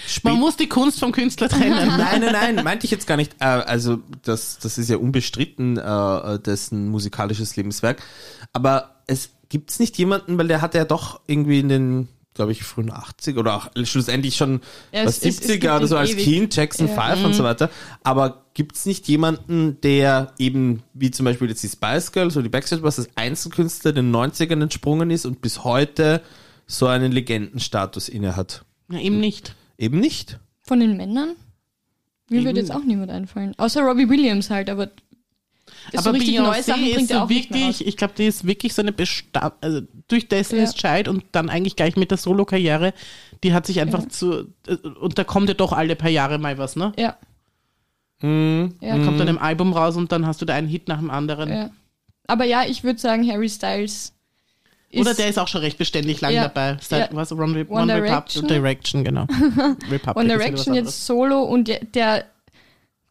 Speaker 3: Spät-
Speaker 1: Man muss die Kunst vom Künstler trennen.
Speaker 3: Nein, nein, nein, meinte ich jetzt gar nicht. Äh, also, das, das ist ja unbestritten, äh, dessen musikalisches Lebenswerk. Aber es gibt es nicht jemanden, weil der hatte ja doch irgendwie in den, glaube ich, frühen 80 oder auch schlussendlich schon
Speaker 2: Ja, es
Speaker 3: was
Speaker 2: ist- es
Speaker 3: 70er
Speaker 2: gibt
Speaker 3: oder so
Speaker 2: ihn
Speaker 3: als
Speaker 2: ewig.
Speaker 3: Kind, Jackson
Speaker 2: Ja. Mhm.
Speaker 3: Five und so weiter. Aber gibt es nicht jemanden, der eben, wie zum Beispiel jetzt die Spice Girls oder die Backstreet Boys, als Einzelkünstler den 90ern entsprungen ist und bis heute so einen Legendenstatus innehat?
Speaker 1: Na, eben nicht.
Speaker 3: Eben nicht.
Speaker 2: Von den Männern? Mir
Speaker 1: Eben.
Speaker 2: würde jetzt auch niemand einfallen. Außer Robbie Williams halt, aber. das so
Speaker 1: Aber
Speaker 2: richtig neue Sachen
Speaker 1: Beyoncé ist
Speaker 2: bringt er
Speaker 1: so
Speaker 2: auch nicht mehr raus.
Speaker 1: wirklich, ich glaube, die ist wirklich so eine Besta also durch Destiny's
Speaker 2: Ja.
Speaker 1: Child und dann eigentlich gleich mit der Solo-Karriere, die hat sich einfach zu, äh, und da kommt ja doch alle paar Jahre mal was, ne?
Speaker 2: Ja,
Speaker 3: Hm.
Speaker 2: ja,
Speaker 1: Kommt dann ein Album raus und dann hast du da einen Hit nach dem anderen.
Speaker 2: ja. Aber ja, ich würde sagen, Harry Styles ist.
Speaker 1: Oder der ist auch schon recht beständig lang
Speaker 2: Ja.
Speaker 1: dabei. Seit,
Speaker 2: Ja.
Speaker 1: Was? One, Re One,
Speaker 2: One
Speaker 1: Direction? Direction,
Speaker 2: Direction?
Speaker 1: genau. Republic ist wieder was
Speaker 2: One Direction
Speaker 1: anderes.
Speaker 2: jetzt solo und der, der,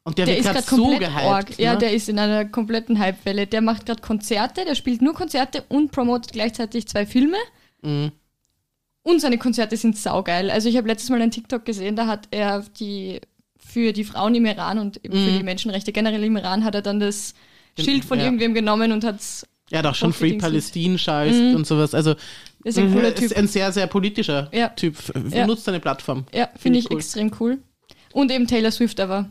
Speaker 1: Und der,
Speaker 2: der
Speaker 1: wird
Speaker 2: ist
Speaker 1: gerade
Speaker 2: gerade
Speaker 1: so
Speaker 2: komplett
Speaker 1: gehypt.
Speaker 2: arg. Ja,
Speaker 1: ne?
Speaker 2: der ist in einer kompletten Hypewelle. Der macht gerade Konzerte, der spielt nur Konzerte und promotet gleichzeitig zwei Filme.
Speaker 1: Mhm.
Speaker 2: Und seine Konzerte sind saugeil. Also ich habe letztes Mal einen TikTok gesehen, da hat er die für die Frauen im Iran und eben für die Menschenrechte generell im Iran hat er dann das
Speaker 1: Mhm. Den-
Speaker 2: Schild von
Speaker 1: ja.
Speaker 2: irgendwem genommen und hat's.
Speaker 1: Er hat auch schon Free
Speaker 2: Unbedingt.
Speaker 1: Palestine scheißt und sowas. Also
Speaker 2: Mhm. Ist ein
Speaker 1: er
Speaker 2: cooler
Speaker 1: ist
Speaker 2: Typ.
Speaker 1: ein sehr, sehr politischer
Speaker 2: Ja.
Speaker 1: Typ. F-
Speaker 2: Ja.
Speaker 1: Nutzt seine Plattform.
Speaker 2: Ja,
Speaker 1: Find
Speaker 2: finde
Speaker 1: ich
Speaker 2: ich
Speaker 1: cool.
Speaker 2: extrem cool. Und eben Taylor Swift aber.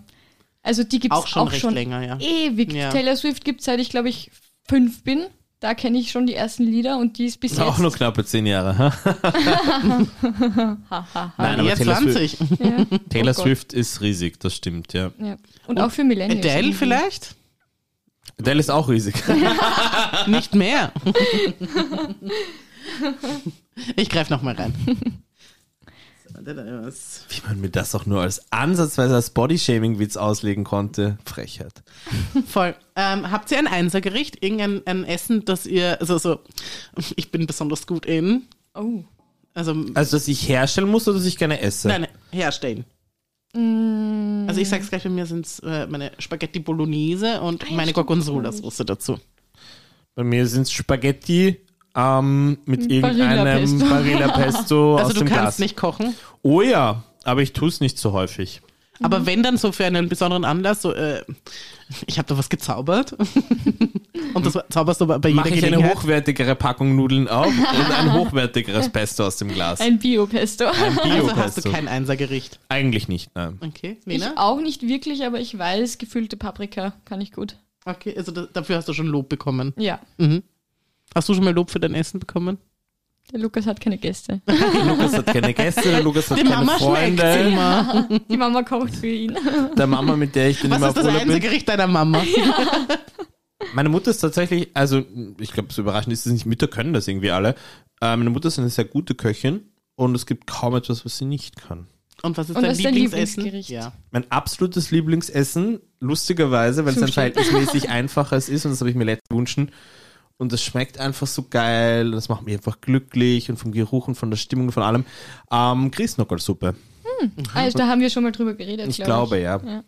Speaker 2: Also die gibt's
Speaker 1: Auch schon recht länger,
Speaker 2: eh-
Speaker 1: ja.
Speaker 2: ewig.
Speaker 1: Ja.
Speaker 2: Taylor Swift gibt seit ich, glaube ich, fünf bin. Da kenne ich schon die ersten Lieder und die ist bis
Speaker 3: Auch
Speaker 2: jetzt.
Speaker 3: nur knappe zehn Jahre. ha? Nein, aber
Speaker 1: Ah, Jetzt
Speaker 3: Taylor, Swift,
Speaker 1: 20.
Speaker 2: ja.
Speaker 3: Taylor
Speaker 2: Oh Gott.
Speaker 3: Swift ist riesig, das stimmt, ja.
Speaker 2: Ja. Und, auch für Millennials.
Speaker 1: Adele
Speaker 2: irgendwie.
Speaker 1: vielleicht?
Speaker 3: Dell ist auch riesig.
Speaker 1: Nicht mehr. ich greife nochmal rein. So, da, da, was.
Speaker 3: Wie man mir das auch nur als ansatzweise als Bodyshaming-Witz auslegen konnte. Frechheit.
Speaker 1: Voll. Ähm, habt ihr ein Einsergericht? Irgendein ein Essen, das ihr, also so, ich bin besonders gut in,
Speaker 2: Oh.
Speaker 1: also,
Speaker 3: Also, dass ich herstellen muss oder dass ich gerne esse?
Speaker 1: nein, herstellen.
Speaker 2: Mm.
Speaker 1: Also ich sag's gleich, bei mir sind's äh, meine Spaghetti Bolognese
Speaker 2: Ah
Speaker 1: und meine Gorgonzola-Soße dazu.
Speaker 3: Bei mir sind es Spaghetti ähm, mit irgendeinem
Speaker 2: Barilla-Pesto.
Speaker 3: Barilla Pesto aus
Speaker 1: Also du
Speaker 3: dem
Speaker 1: kannst
Speaker 3: Glas.
Speaker 1: nicht kochen,
Speaker 2: Mhm.
Speaker 3: Oh ja, aber ich tue es nicht so häufig.
Speaker 1: aber wenn dann so für einen besonderen Anlass, so äh, ich habe da was gezaubert und das zauberst du bei bei jeder
Speaker 3: Mache ich eine
Speaker 1: Gelegenheit.
Speaker 3: hochwertigere Packung Nudeln auf und ein hochwertigeres Pesto aus dem Glas.
Speaker 2: Ein Bio-Pesto.
Speaker 3: Ein
Speaker 1: also hast
Speaker 3: Bio-Pesto.
Speaker 1: du kein Einsergericht.
Speaker 3: Eigentlich nicht, nein.
Speaker 1: Okay,
Speaker 2: Ich
Speaker 1: Lena?
Speaker 2: auch nicht wirklich, aber ich weiß, gefüllte Paprika kann ich gut.
Speaker 1: Okay, also da, dafür hast du schon Lob bekommen.
Speaker 2: Ja,
Speaker 1: Mhm. Hast du schon mal Lob für dein Essen bekommen?
Speaker 2: der Lukas hat keine Gäste.
Speaker 3: Lukas hat keine Gäste, der Lukas hat
Speaker 1: Die
Speaker 3: keine
Speaker 1: Mama schmeckt's
Speaker 3: Freunde.
Speaker 1: immer.
Speaker 2: Die Mama kocht für ihn.
Speaker 3: Der Mama, mit der ich dann
Speaker 1: Was
Speaker 3: immer
Speaker 1: ist
Speaker 3: auf
Speaker 1: das
Speaker 3: Urlaub bin.
Speaker 1: Einsergericht deiner Mama?
Speaker 3: Meine Mutter ist tatsächlich, also ich glaube, so überraschend ist es nicht, Mütter können das irgendwie alle. Äh, meine Mutter ist eine sehr gute Köchin und es gibt kaum etwas, was sie nicht kann.
Speaker 1: Und was ist
Speaker 2: Und
Speaker 1: dein
Speaker 2: was ist dein
Speaker 1: Lieblingsessen?
Speaker 2: Lieblingsgericht?
Speaker 1: Ja.
Speaker 3: Mein absolutes Lieblingsessen, lustigerweise, weil es ein
Speaker 2: Sushi.
Speaker 3: verhältnismäßig einfaches ist und das habe ich mir letztens gewünscht. Und das schmeckt einfach so geil und das macht mich einfach glücklich und vom Geruch und von der Stimmung und von allem. Ähm, Grießnockelsuppe.
Speaker 2: Also, da haben wir schon mal drüber geredet,
Speaker 3: Ich
Speaker 2: glaub
Speaker 3: glaube, ja.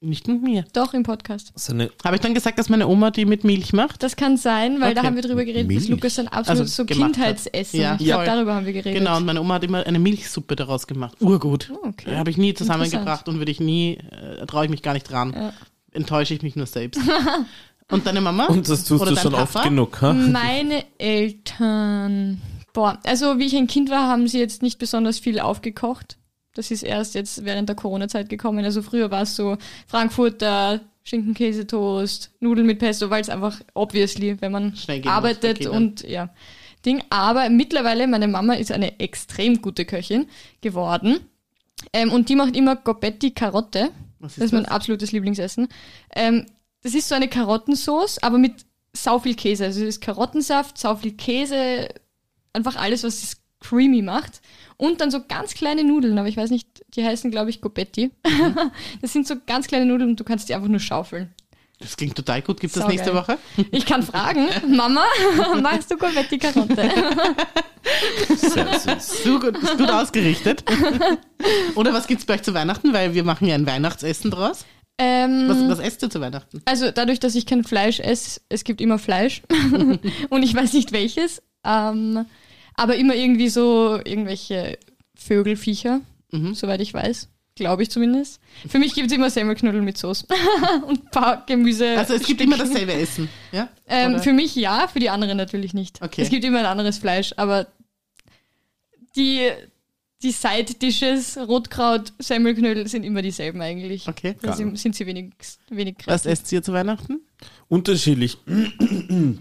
Speaker 1: Nicht mit mir.
Speaker 2: Doch, im Podcast.
Speaker 3: So eine
Speaker 1: Habe ich dann gesagt, dass meine Oma die mit Milch macht?
Speaker 2: Das kann sein, weil da
Speaker 1: Okay.
Speaker 2: haben wir drüber geredet, dass
Speaker 3: Milch.
Speaker 2: Lukas ein absolutes
Speaker 1: Also,
Speaker 2: so
Speaker 1: gemacht hat.
Speaker 2: Kindheitsessen.
Speaker 1: Ja,
Speaker 2: ich glaube,
Speaker 1: voll.
Speaker 2: darüber haben wir geredet.
Speaker 1: Genau, und meine Oma hat immer eine Milchsuppe daraus gemacht. Urgut.
Speaker 2: Oh, okay.
Speaker 1: Habe ich nie zusammengebracht und würde ich nie, äh, traue ich mich gar nicht dran.
Speaker 2: Ja.
Speaker 1: Enttäusche ich mich nur selbst. und deine Mama?
Speaker 3: und das tust
Speaker 1: Oder
Speaker 3: du
Speaker 1: dein
Speaker 3: schon
Speaker 1: Papa?
Speaker 3: oft genug. Ha?
Speaker 2: Meine Eltern. Boah, also wie ich ein Kind war, haben sie jetzt nicht besonders viel aufgekocht. Das ist erst jetzt während der Corona-Zeit gekommen. Also früher war es so Frankfurter, Schinken-Käse-Toast, Nudeln mit Pesto, weil es einfach obviously, wenn man
Speaker 1: Schnell gehen muss bei
Speaker 2: arbeitet
Speaker 1: Kindern.
Speaker 2: und ja, Ding. Aber mittlerweile, meine Mama ist eine extrem gute Köchin geworden. Ähm, und die macht immer Gobbetti Karotte.
Speaker 1: Was ist
Speaker 2: das ist mein
Speaker 1: das?
Speaker 2: absolutes Lieblingsessen. Ähm, das ist so eine Karottensauce, aber mit sau viel Käse. Also es ist Karottensaft, sau viel Käse, einfach alles, was es creamy macht. Und dann so ganz kleine Nudeln, aber ich weiß nicht, die heißen, glaube ich, Gobbetti.
Speaker 1: Mhm.
Speaker 2: das sind so ganz kleine Nudeln und du kannst die einfach nur schaufeln.
Speaker 1: Das klingt total gut. Gibt es das
Speaker 2: Saugeil.
Speaker 1: nächste Woche?
Speaker 2: Ich kann fragen, Mama, machst du Gobbetti Karotte?
Speaker 3: Sehr süß.
Speaker 1: Du, gut, bist gut ausgerichtet. Oder was gibt es bei euch zu Weihnachten? Weil wir machen ja ein Weihnachtsessen draus.
Speaker 2: ähm,
Speaker 1: Was, was esst ihr zu Weihnachten?
Speaker 2: Also dadurch, dass ich kein Fleisch esse, es gibt immer Fleisch und ich weiß nicht welches, ähm, aber immer irgendwie so irgendwelche Vögel, Viecher,
Speaker 1: Mhm.
Speaker 2: soweit ich weiß, glaube ich zumindest. Für mich gibt es immer Semmelknödel mit Soße und ein paar Gemüse.
Speaker 1: Also es gibt immer dasselbe Essen. Ja?
Speaker 2: Ähm,
Speaker 1: Oder?
Speaker 2: für mich ja, für die anderen natürlich nicht.
Speaker 1: Okay.
Speaker 2: Es gibt immer ein anderes Fleisch, aber die, die Side-Dishes, Rotkraut, Semmelknödel sind immer dieselben eigentlich.
Speaker 1: okay.
Speaker 2: Da sind, sind sie wenig, wenig
Speaker 1: Was esst ihr zu Weihnachten?
Speaker 3: unterschiedlich.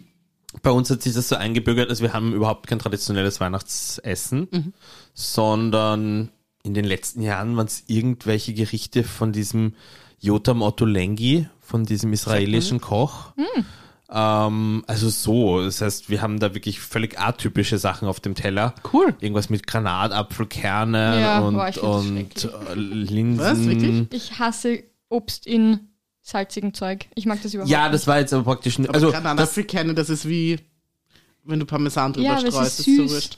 Speaker 3: Bei uns hat sich das so eingebürgert, also wir haben überhaupt kein traditionelles Weihnachtsessen, sondern in den letzten Jahren waren es irgendwelche Gerichte von diesem Jotam Ottolenghi, von diesem israelischen Koch. Ähm, also so, das heißt, wir haben da wirklich völlig atypische Sachen auf dem Teller.
Speaker 1: Cool.
Speaker 3: Irgendwas mit Granatapfelkerne
Speaker 2: Ja,
Speaker 3: und,
Speaker 2: boah, ich find's
Speaker 3: und
Speaker 2: schrecklich.
Speaker 3: äh, Linsen.
Speaker 1: Was, wirklich?
Speaker 2: Ich hasse Obst in salzigem Zeug. Ich mag das überhaupt
Speaker 3: Ja, das war jetzt aber praktisch.
Speaker 1: Aber also,
Speaker 3: also,
Speaker 1: Granatapfelkerne, das, ist wie, wenn du Parmesan drüber
Speaker 2: Ja, aber es
Speaker 1: streust.
Speaker 2: ist
Speaker 1: ist so
Speaker 2: süß.
Speaker 1: wurscht.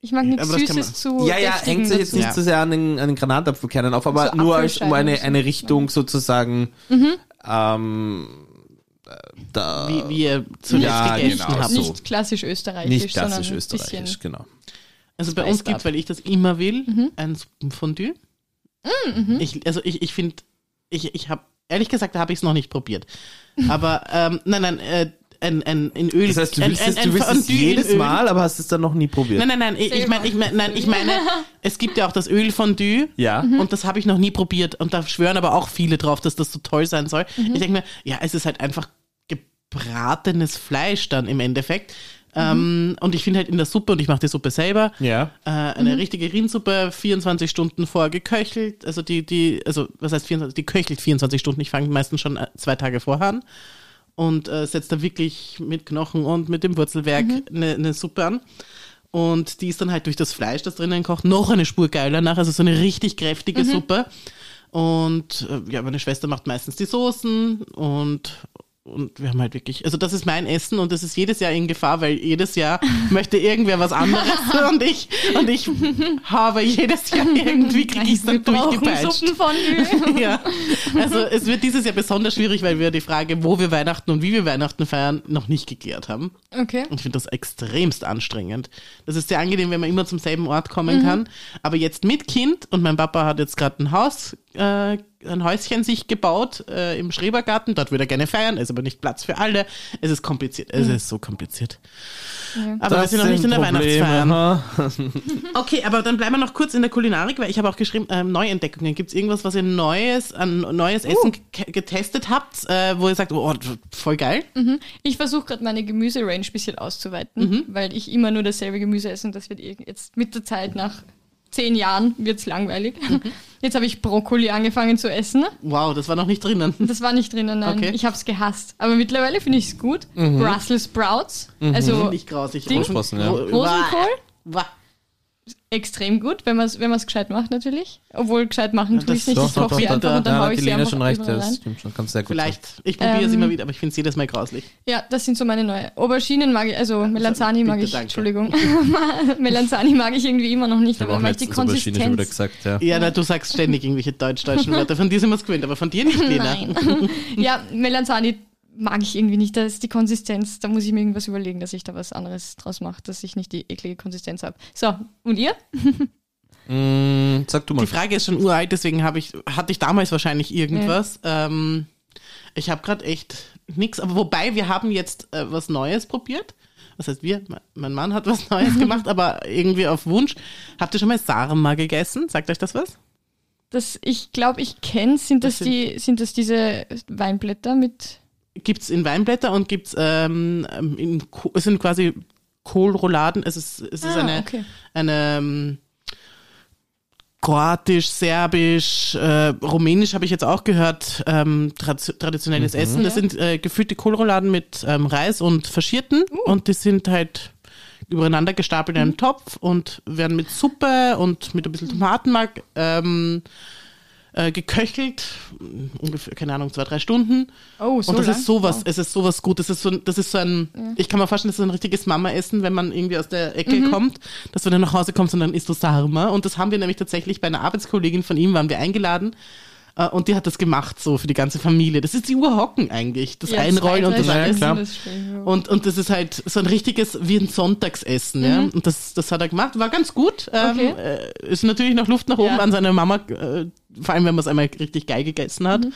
Speaker 2: Ich mag nichts
Speaker 1: aber das kann
Speaker 2: Süßes zu.
Speaker 3: Ja, ja,
Speaker 2: deftigen
Speaker 3: hängt sich jetzt
Speaker 2: dazu.
Speaker 3: nicht
Speaker 1: Ja.
Speaker 3: so sehr an den, an den Granatapfelkernen auf, aber
Speaker 2: So
Speaker 3: nur als, um
Speaker 2: Apfelscheiben
Speaker 3: eine,
Speaker 2: müssen.
Speaker 3: eine
Speaker 1: Mhm.
Speaker 3: Richtung sozusagen. Ähm, da,
Speaker 1: Wie, wie ihr zuletzt
Speaker 3: Ja,
Speaker 1: gegessen
Speaker 3: genau,
Speaker 1: habt.
Speaker 3: so.
Speaker 2: Nicht klassisch österreichisch,
Speaker 3: nicht klassisch
Speaker 2: sondern Ein
Speaker 3: österreichisch,
Speaker 2: bisschen,
Speaker 3: genau.
Speaker 1: Also bei uns
Speaker 2: Spiced up.
Speaker 1: gibt weil ich das immer will,
Speaker 2: Mhm.
Speaker 1: ein Suppenfondue. Ich, also ich, ich finde, ich, ich habe, ehrlich gesagt, da habe ich es noch nicht probiert. Aber ähm, nein, nein, äh, ein, ein, in Öl.
Speaker 3: Das heißt, du
Speaker 1: ein,
Speaker 3: willst
Speaker 1: ein,
Speaker 3: es, du
Speaker 1: ein
Speaker 3: willst es
Speaker 1: Fondue in
Speaker 3: jedes
Speaker 1: Öl.
Speaker 3: Mal, aber hast es dann noch nie probiert.
Speaker 1: Nein, nein, nein, ich, ich meine, ich mein, nein, ich meine, es gibt ja auch das Ölfondue.
Speaker 3: Ja.
Speaker 1: Und das habe ich noch nie probiert. Und da schwören aber auch viele drauf, dass das so toll sein soll. Ich denke mir, ja, es ist halt einfach gebratenes Fleisch dann im Endeffekt. Ähm, und ich finde halt in der Suppe, und ich mache die Suppe selber,
Speaker 3: Ja.
Speaker 1: äh, eine richtige Rindsuppe, 24 Stunden vorgeköchelt. Also die, die, also was heißt 24, die köchelt 24 Stunden. Ich fange meistens schon äh, zwei Tage vorher an. und äh, setzt da wirklich mit Knochen und mit dem Wurzelwerk eine eine Suppe an. Und die ist dann halt durch das Fleisch, das drinnen kocht, noch eine Spur geiler nach. Also so eine richtig kräftige
Speaker 2: Mhm.
Speaker 1: Suppe. Und äh, ja, meine Schwester macht meistens die Soßen und, und wir haben halt wirklich, also das ist mein Essen und das ist jedes Jahr in Gefahr, weil jedes Jahr möchte irgendwer was anderes und ich, und ich habe jedes Jahr irgendwie kriege ich es dann
Speaker 2: Wir brauchen
Speaker 1: durchgepeitscht.
Speaker 2: Suppenfondue.
Speaker 1: Ja, also es wird dieses Jahr besonders schwierig, weil wir die Frage, wo wir Weihnachten und wie wir Weihnachten feiern, noch nicht geklärt haben.
Speaker 2: Okay.
Speaker 1: Und ich finde das extremst anstrengend. Das ist sehr angenehm, wenn man immer zum selben Ort kommen kann. Aber jetzt mit Kind und mein Papa hat jetzt gerade ein Haus, äh, ein Häuschen sich gebaut äh, im Schrebergarten. Dort würde er gerne feiern, ist aber nicht Platz für alle. Es ist kompliziert. Es ist so kompliziert. Aber wir sind noch nicht in der Weihnachtsfeier. Okay, aber dann bleiben wir noch kurz in der Kulinarik, weil ich habe auch geschrieben, ähm, Neuentdeckungen. Gibt es irgendwas, was ihr Neues, an neues Essen ge- getestet habt, äh, wo ihr sagt, oh, voll geil?
Speaker 2: Ich versuche gerade meine Gemüserange ein bisschen auszuweiten, weil ich immer nur dasselbe Gemüse esse und das wird irg- jetzt mit der Zeit nach zehn Jahren wird's langweilig. Jetzt habe ich Brokkoli angefangen zu essen.
Speaker 1: Wow, das war noch nicht drinnen.
Speaker 2: Das war nicht drinnen, nein.
Speaker 1: Okay.
Speaker 2: Ich habe es gehasst. Aber mittlerweile finde ich es gut. Brussels Sprouts, also
Speaker 1: Finde ich grausig.
Speaker 2: Ding.
Speaker 3: Rosenkohl, ja.
Speaker 1: Ro-
Speaker 2: Rosenkohl,
Speaker 1: Wah.
Speaker 2: extrem gut, wenn man es wenn man's gescheit macht natürlich. Obwohl gescheit machen tue
Speaker 1: das-
Speaker 2: ich nicht.
Speaker 1: doch,
Speaker 2: Ich koche sie einfach und dann hau ich sie einfach überall rein.
Speaker 3: stimmt schon, kannst sehr gut.
Speaker 1: Vielleicht. Ich probiere es
Speaker 2: Ähm,
Speaker 1: immer wieder, aber ich finde es jedes Mal grauslich.
Speaker 2: Ja, das sind so meine neue. Auberginen mag ich, also Melanzani mag
Speaker 1: bitte,
Speaker 2: ich,
Speaker 1: danke.
Speaker 2: Entschuldigung. Melanzani mag ich irgendwie immer noch nicht,
Speaker 3: Ich habe
Speaker 2: aber
Speaker 3: auch
Speaker 2: weil ich die
Speaker 3: letztens über Schiene schon wieder
Speaker 2: Konsistenz.
Speaker 3: gesagt, ja.
Speaker 1: Ja, da, du sagst ständig irgendwelche deutsch-deutschen Wörter. Von dir sind wir es gewöhnt, aber von dir nicht, Lena.
Speaker 2: Nein. ja, Melanzani mag ich irgendwie nicht. Da ist die Konsistenz. Da muss ich mir irgendwas überlegen, dass ich da was anderes draus mache, dass ich nicht die eklige Konsistenz habe. So, und ihr?
Speaker 3: Mm, sag du mal.
Speaker 1: Die Frage ist schon uralt, deswegen habe ich, hatte ich damals wahrscheinlich irgendwas. Ähm, ich habe gerade echt nichts. Aber wobei, wir haben jetzt äh, was Neues probiert. Was heißt wir? Me- Mein Mann hat was Neues gemacht, aber irgendwie auf Wunsch. Habt ihr schon mal Sarma gegessen? Sagt euch das was?
Speaker 2: Das, ich glaube, ich kenne, sind das,
Speaker 1: Das
Speaker 2: die, sind das diese Weinblätter mit.
Speaker 1: Gibt es in Weinblätter und gibt es ähm, ähm, in, Ko- es sind quasi Kohlrouladen. Es ist, es ist
Speaker 2: Ah,
Speaker 1: eine,
Speaker 2: okay.
Speaker 1: eine ähm, kroatisch, serbisch, äh, rumänisch habe ich jetzt auch gehört, ähm, tradi- traditionelles Essen. Das
Speaker 2: Ja.
Speaker 1: sind äh, gefüllte Kohlrouladen mit ähm, Reis und Faschierten
Speaker 2: Uh.
Speaker 1: und die sind halt übereinander gestapelt in einem
Speaker 2: Mhm.
Speaker 1: Topf und werden mit Suppe und mit ein bisschen Tomatenmark ähm, äh, geköchelt, ungefähr, keine Ahnung, zwei, drei Stunden.
Speaker 2: Oh, so
Speaker 1: Und das
Speaker 2: lang?
Speaker 1: ist sowas,
Speaker 2: Wow.
Speaker 1: es ist sowas gut. Das ist so, ein- das ist so ein, ich kann mir vorstellen, das ist so ein richtiges Mama-Essen, wenn man irgendwie aus der Ecke
Speaker 2: Mhm.
Speaker 1: kommt, dass du dann nach Hause kommst und dann isst du Sarma. Und das haben wir nämlich tatsächlich bei einer Arbeitskollegin von ihm, waren wir eingeladen. äh, Und die hat das gemacht, so für die ganze Familie. Das ist die Urhocken eigentlich. Das
Speaker 2: Ja,
Speaker 1: Einrollen und das
Speaker 2: zwei, drei
Speaker 1: alles.
Speaker 2: Stunden,
Speaker 3: Ja, klar.
Speaker 2: das stimmt, ja.
Speaker 1: Und, und das ist halt so ein richtiges, wie ein Sonntagsessen. Ja? Und das, das hat er gemacht, war ganz gut. Ähm,
Speaker 2: Mhm. Okay.
Speaker 1: äh, ist natürlich noch Luft nach oben
Speaker 2: Ja.
Speaker 1: an seine Mama, äh, vor allem wenn man es einmal richtig geil gegessen hat.
Speaker 2: Mhm.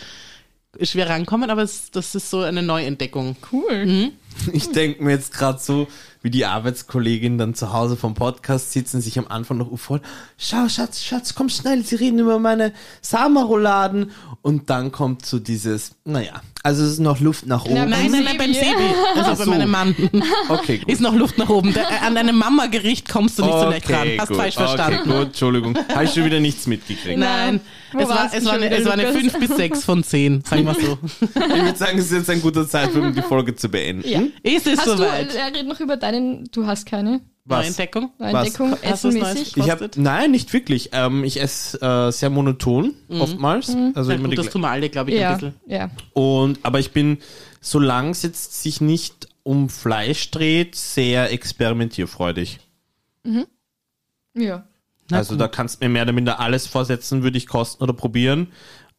Speaker 1: Ist Schwer rankommen, aber es, das ist so eine Neuentdeckung.
Speaker 2: Cool.
Speaker 1: Hm?
Speaker 3: Ich denke mir jetzt gerade so, wie die Arbeitskollegin dann zu Hause vom Podcast sitzen, sich am Anfang noch voll, schau, Schatz, Schatz, komm schnell, sie reden über meine Samaroladen. Und dann kommt so dieses, naja, also es ist noch Luft nach oben.
Speaker 2: Na,
Speaker 1: Nein, nein, nein, beim
Speaker 2: Sebi.
Speaker 1: Sebi. Also bei
Speaker 3: so.
Speaker 1: meinem Mann.
Speaker 3: Okay, gut.
Speaker 1: Ist noch Luft nach oben. Da, äh, an deinem Mama-Gericht kommst du nicht so leicht ran. Hast
Speaker 3: gut,
Speaker 1: falsch verstanden.
Speaker 3: Okay, gut, Entschuldigung. Habe ich schon wieder nichts mitgekriegt.
Speaker 1: Nein,
Speaker 2: Genau. Wo
Speaker 1: es war,
Speaker 2: warst du
Speaker 1: es war,
Speaker 2: schon
Speaker 1: eine, es
Speaker 2: wieder,
Speaker 1: war eine
Speaker 2: Lukas?
Speaker 1: 5 bis 6 von 10, sagen wir so.
Speaker 3: Ich würde sagen, es ist jetzt ein guter Zeitpunkt, um die Folge zu beenden. Hm?
Speaker 2: Ja.
Speaker 1: Hm? Ist es
Speaker 2: Hast du, äh,
Speaker 1: soweit?
Speaker 2: er redet noch über deinen, du hast keine
Speaker 3: Was?
Speaker 1: Neuentdeckung?
Speaker 2: Entdeckung,
Speaker 1: Hast du was Neues?
Speaker 2: essenmäßig.
Speaker 3: Ich
Speaker 1: Kostet?
Speaker 3: hab, nein, nicht wirklich. Ähm, ich esse äh, sehr monoton
Speaker 1: Mhm.
Speaker 3: oftmals. Also
Speaker 1: Na
Speaker 3: immer
Speaker 1: gut,
Speaker 3: die
Speaker 1: das tun wir alle, glaube ich, ein
Speaker 2: Ja,
Speaker 1: bisschen.
Speaker 2: ja.
Speaker 3: Und, aber ich bin, solange es jetzt sich nicht um Fleisch dreht, sehr experimentierfreudig.
Speaker 2: ja.
Speaker 1: Na
Speaker 3: also da kannst du mir mehr oder minder alles vorsetzen, würde ich kosten oder probieren.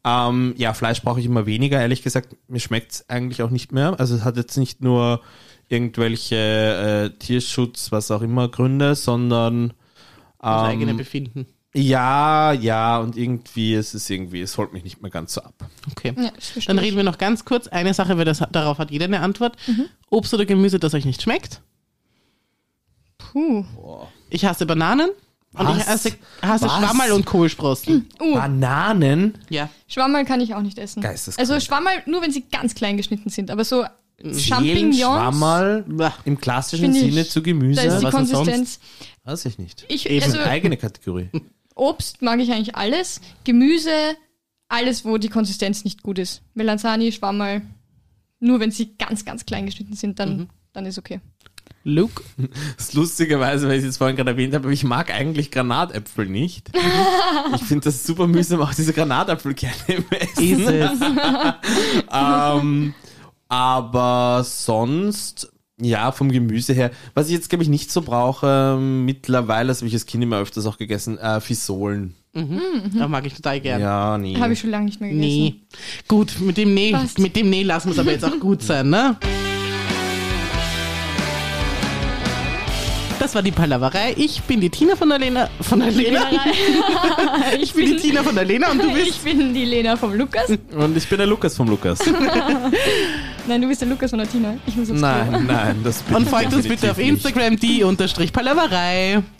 Speaker 3: Ähm, ja, Fleisch brauche ich immer weniger, ehrlich gesagt. Mir schmeckt es eigentlich auch nicht mehr. Also es hat jetzt nicht nur irgendwelche äh, Tierschutz, was auch immer Gründe, sondern
Speaker 1: Das
Speaker 3: ähm,
Speaker 1: eigene Befinden.
Speaker 3: ja, ja und irgendwie es ist irgendwie, es holt mich nicht mehr ganz so ab.
Speaker 1: Okay.
Speaker 2: ja das verstehe
Speaker 1: Dann
Speaker 2: ich.
Speaker 1: reden wir noch ganz kurz. Eine Sache, weil das, darauf hat jeder eine Antwort.
Speaker 3: Mhm.
Speaker 1: Obst oder Gemüse, das euch nicht schmeckt.
Speaker 2: Puh.
Speaker 1: Ich hasse Bananen. Und ich
Speaker 3: Was?
Speaker 1: hasse, hasse
Speaker 3: Was? Mhm.
Speaker 1: Schwammerl und Kohlsprossen.
Speaker 2: Uh,
Speaker 3: Bananen?
Speaker 1: Ja.
Speaker 2: Schwammerl kann ich auch nicht essen.
Speaker 3: Geisteskrank.
Speaker 2: Also Schwammerl nur, wenn sie ganz klein geschnitten sind, aber so
Speaker 3: Zählen
Speaker 2: Champignons,
Speaker 3: Schwammerl
Speaker 1: Bah.
Speaker 3: im klassischen
Speaker 2: Finde ich-
Speaker 3: Sinne zu Gemüse?
Speaker 2: da ist die
Speaker 3: was denn sonst?
Speaker 2: Konsistenz.
Speaker 3: Weiß ich nicht.
Speaker 2: Ich,
Speaker 1: Eben.
Speaker 2: also
Speaker 3: Eigene Kategorie.
Speaker 2: Obst mag ich eigentlich alles, Gemüse, alles, wo die Konsistenz nicht gut ist. Melanzani, Schwammerl, Nur wenn sie ganz, ganz klein geschnitten sind, dann,
Speaker 1: Mhm.
Speaker 2: dann ist okay.
Speaker 1: Luke.
Speaker 3: Das ist lustigerweise, weil ich es jetzt vorhin gerade erwähnt habe, aber ich mag eigentlich Granatäpfel nicht. Ich finde das super mühsam, auch diese Granatäpfelkerne im Essen.
Speaker 1: Ist es.
Speaker 3: Ähm, aber sonst, ja, vom Gemüse her, was ich jetzt, glaube ich, nicht so brauche, ähm, mittlerweile, das habe ich als Kind immer öfters auch gegessen, äh, Fisolen.
Speaker 1: Da mag ich total gern.
Speaker 3: Ja, nee.
Speaker 2: Habe ich schon lange nicht mehr gegessen.
Speaker 1: Nee. Gut, mit dem Nee,
Speaker 2: Passt.
Speaker 1: mit dem Nee lassen wir es aber jetzt auch gut sein, ne? Das war die Palaverei. Ich bin die Tina von der Lena. Von der Lena?
Speaker 2: ich,
Speaker 1: Ich bin die Tina von der Lena und du bist.
Speaker 2: ich bin die Lena vom Lukas.
Speaker 3: Und ich bin der Lukas vom Lukas.
Speaker 2: Nein, du bist der Lukas von der Tina. Ich muss aufs Klo.
Speaker 3: nein, nein, das bin
Speaker 1: Und
Speaker 3: ich
Speaker 1: folgt uns bitte
Speaker 3: definitiv
Speaker 1: auf
Speaker 3: nicht.
Speaker 1: Instagram, die unterstrich Palaverei.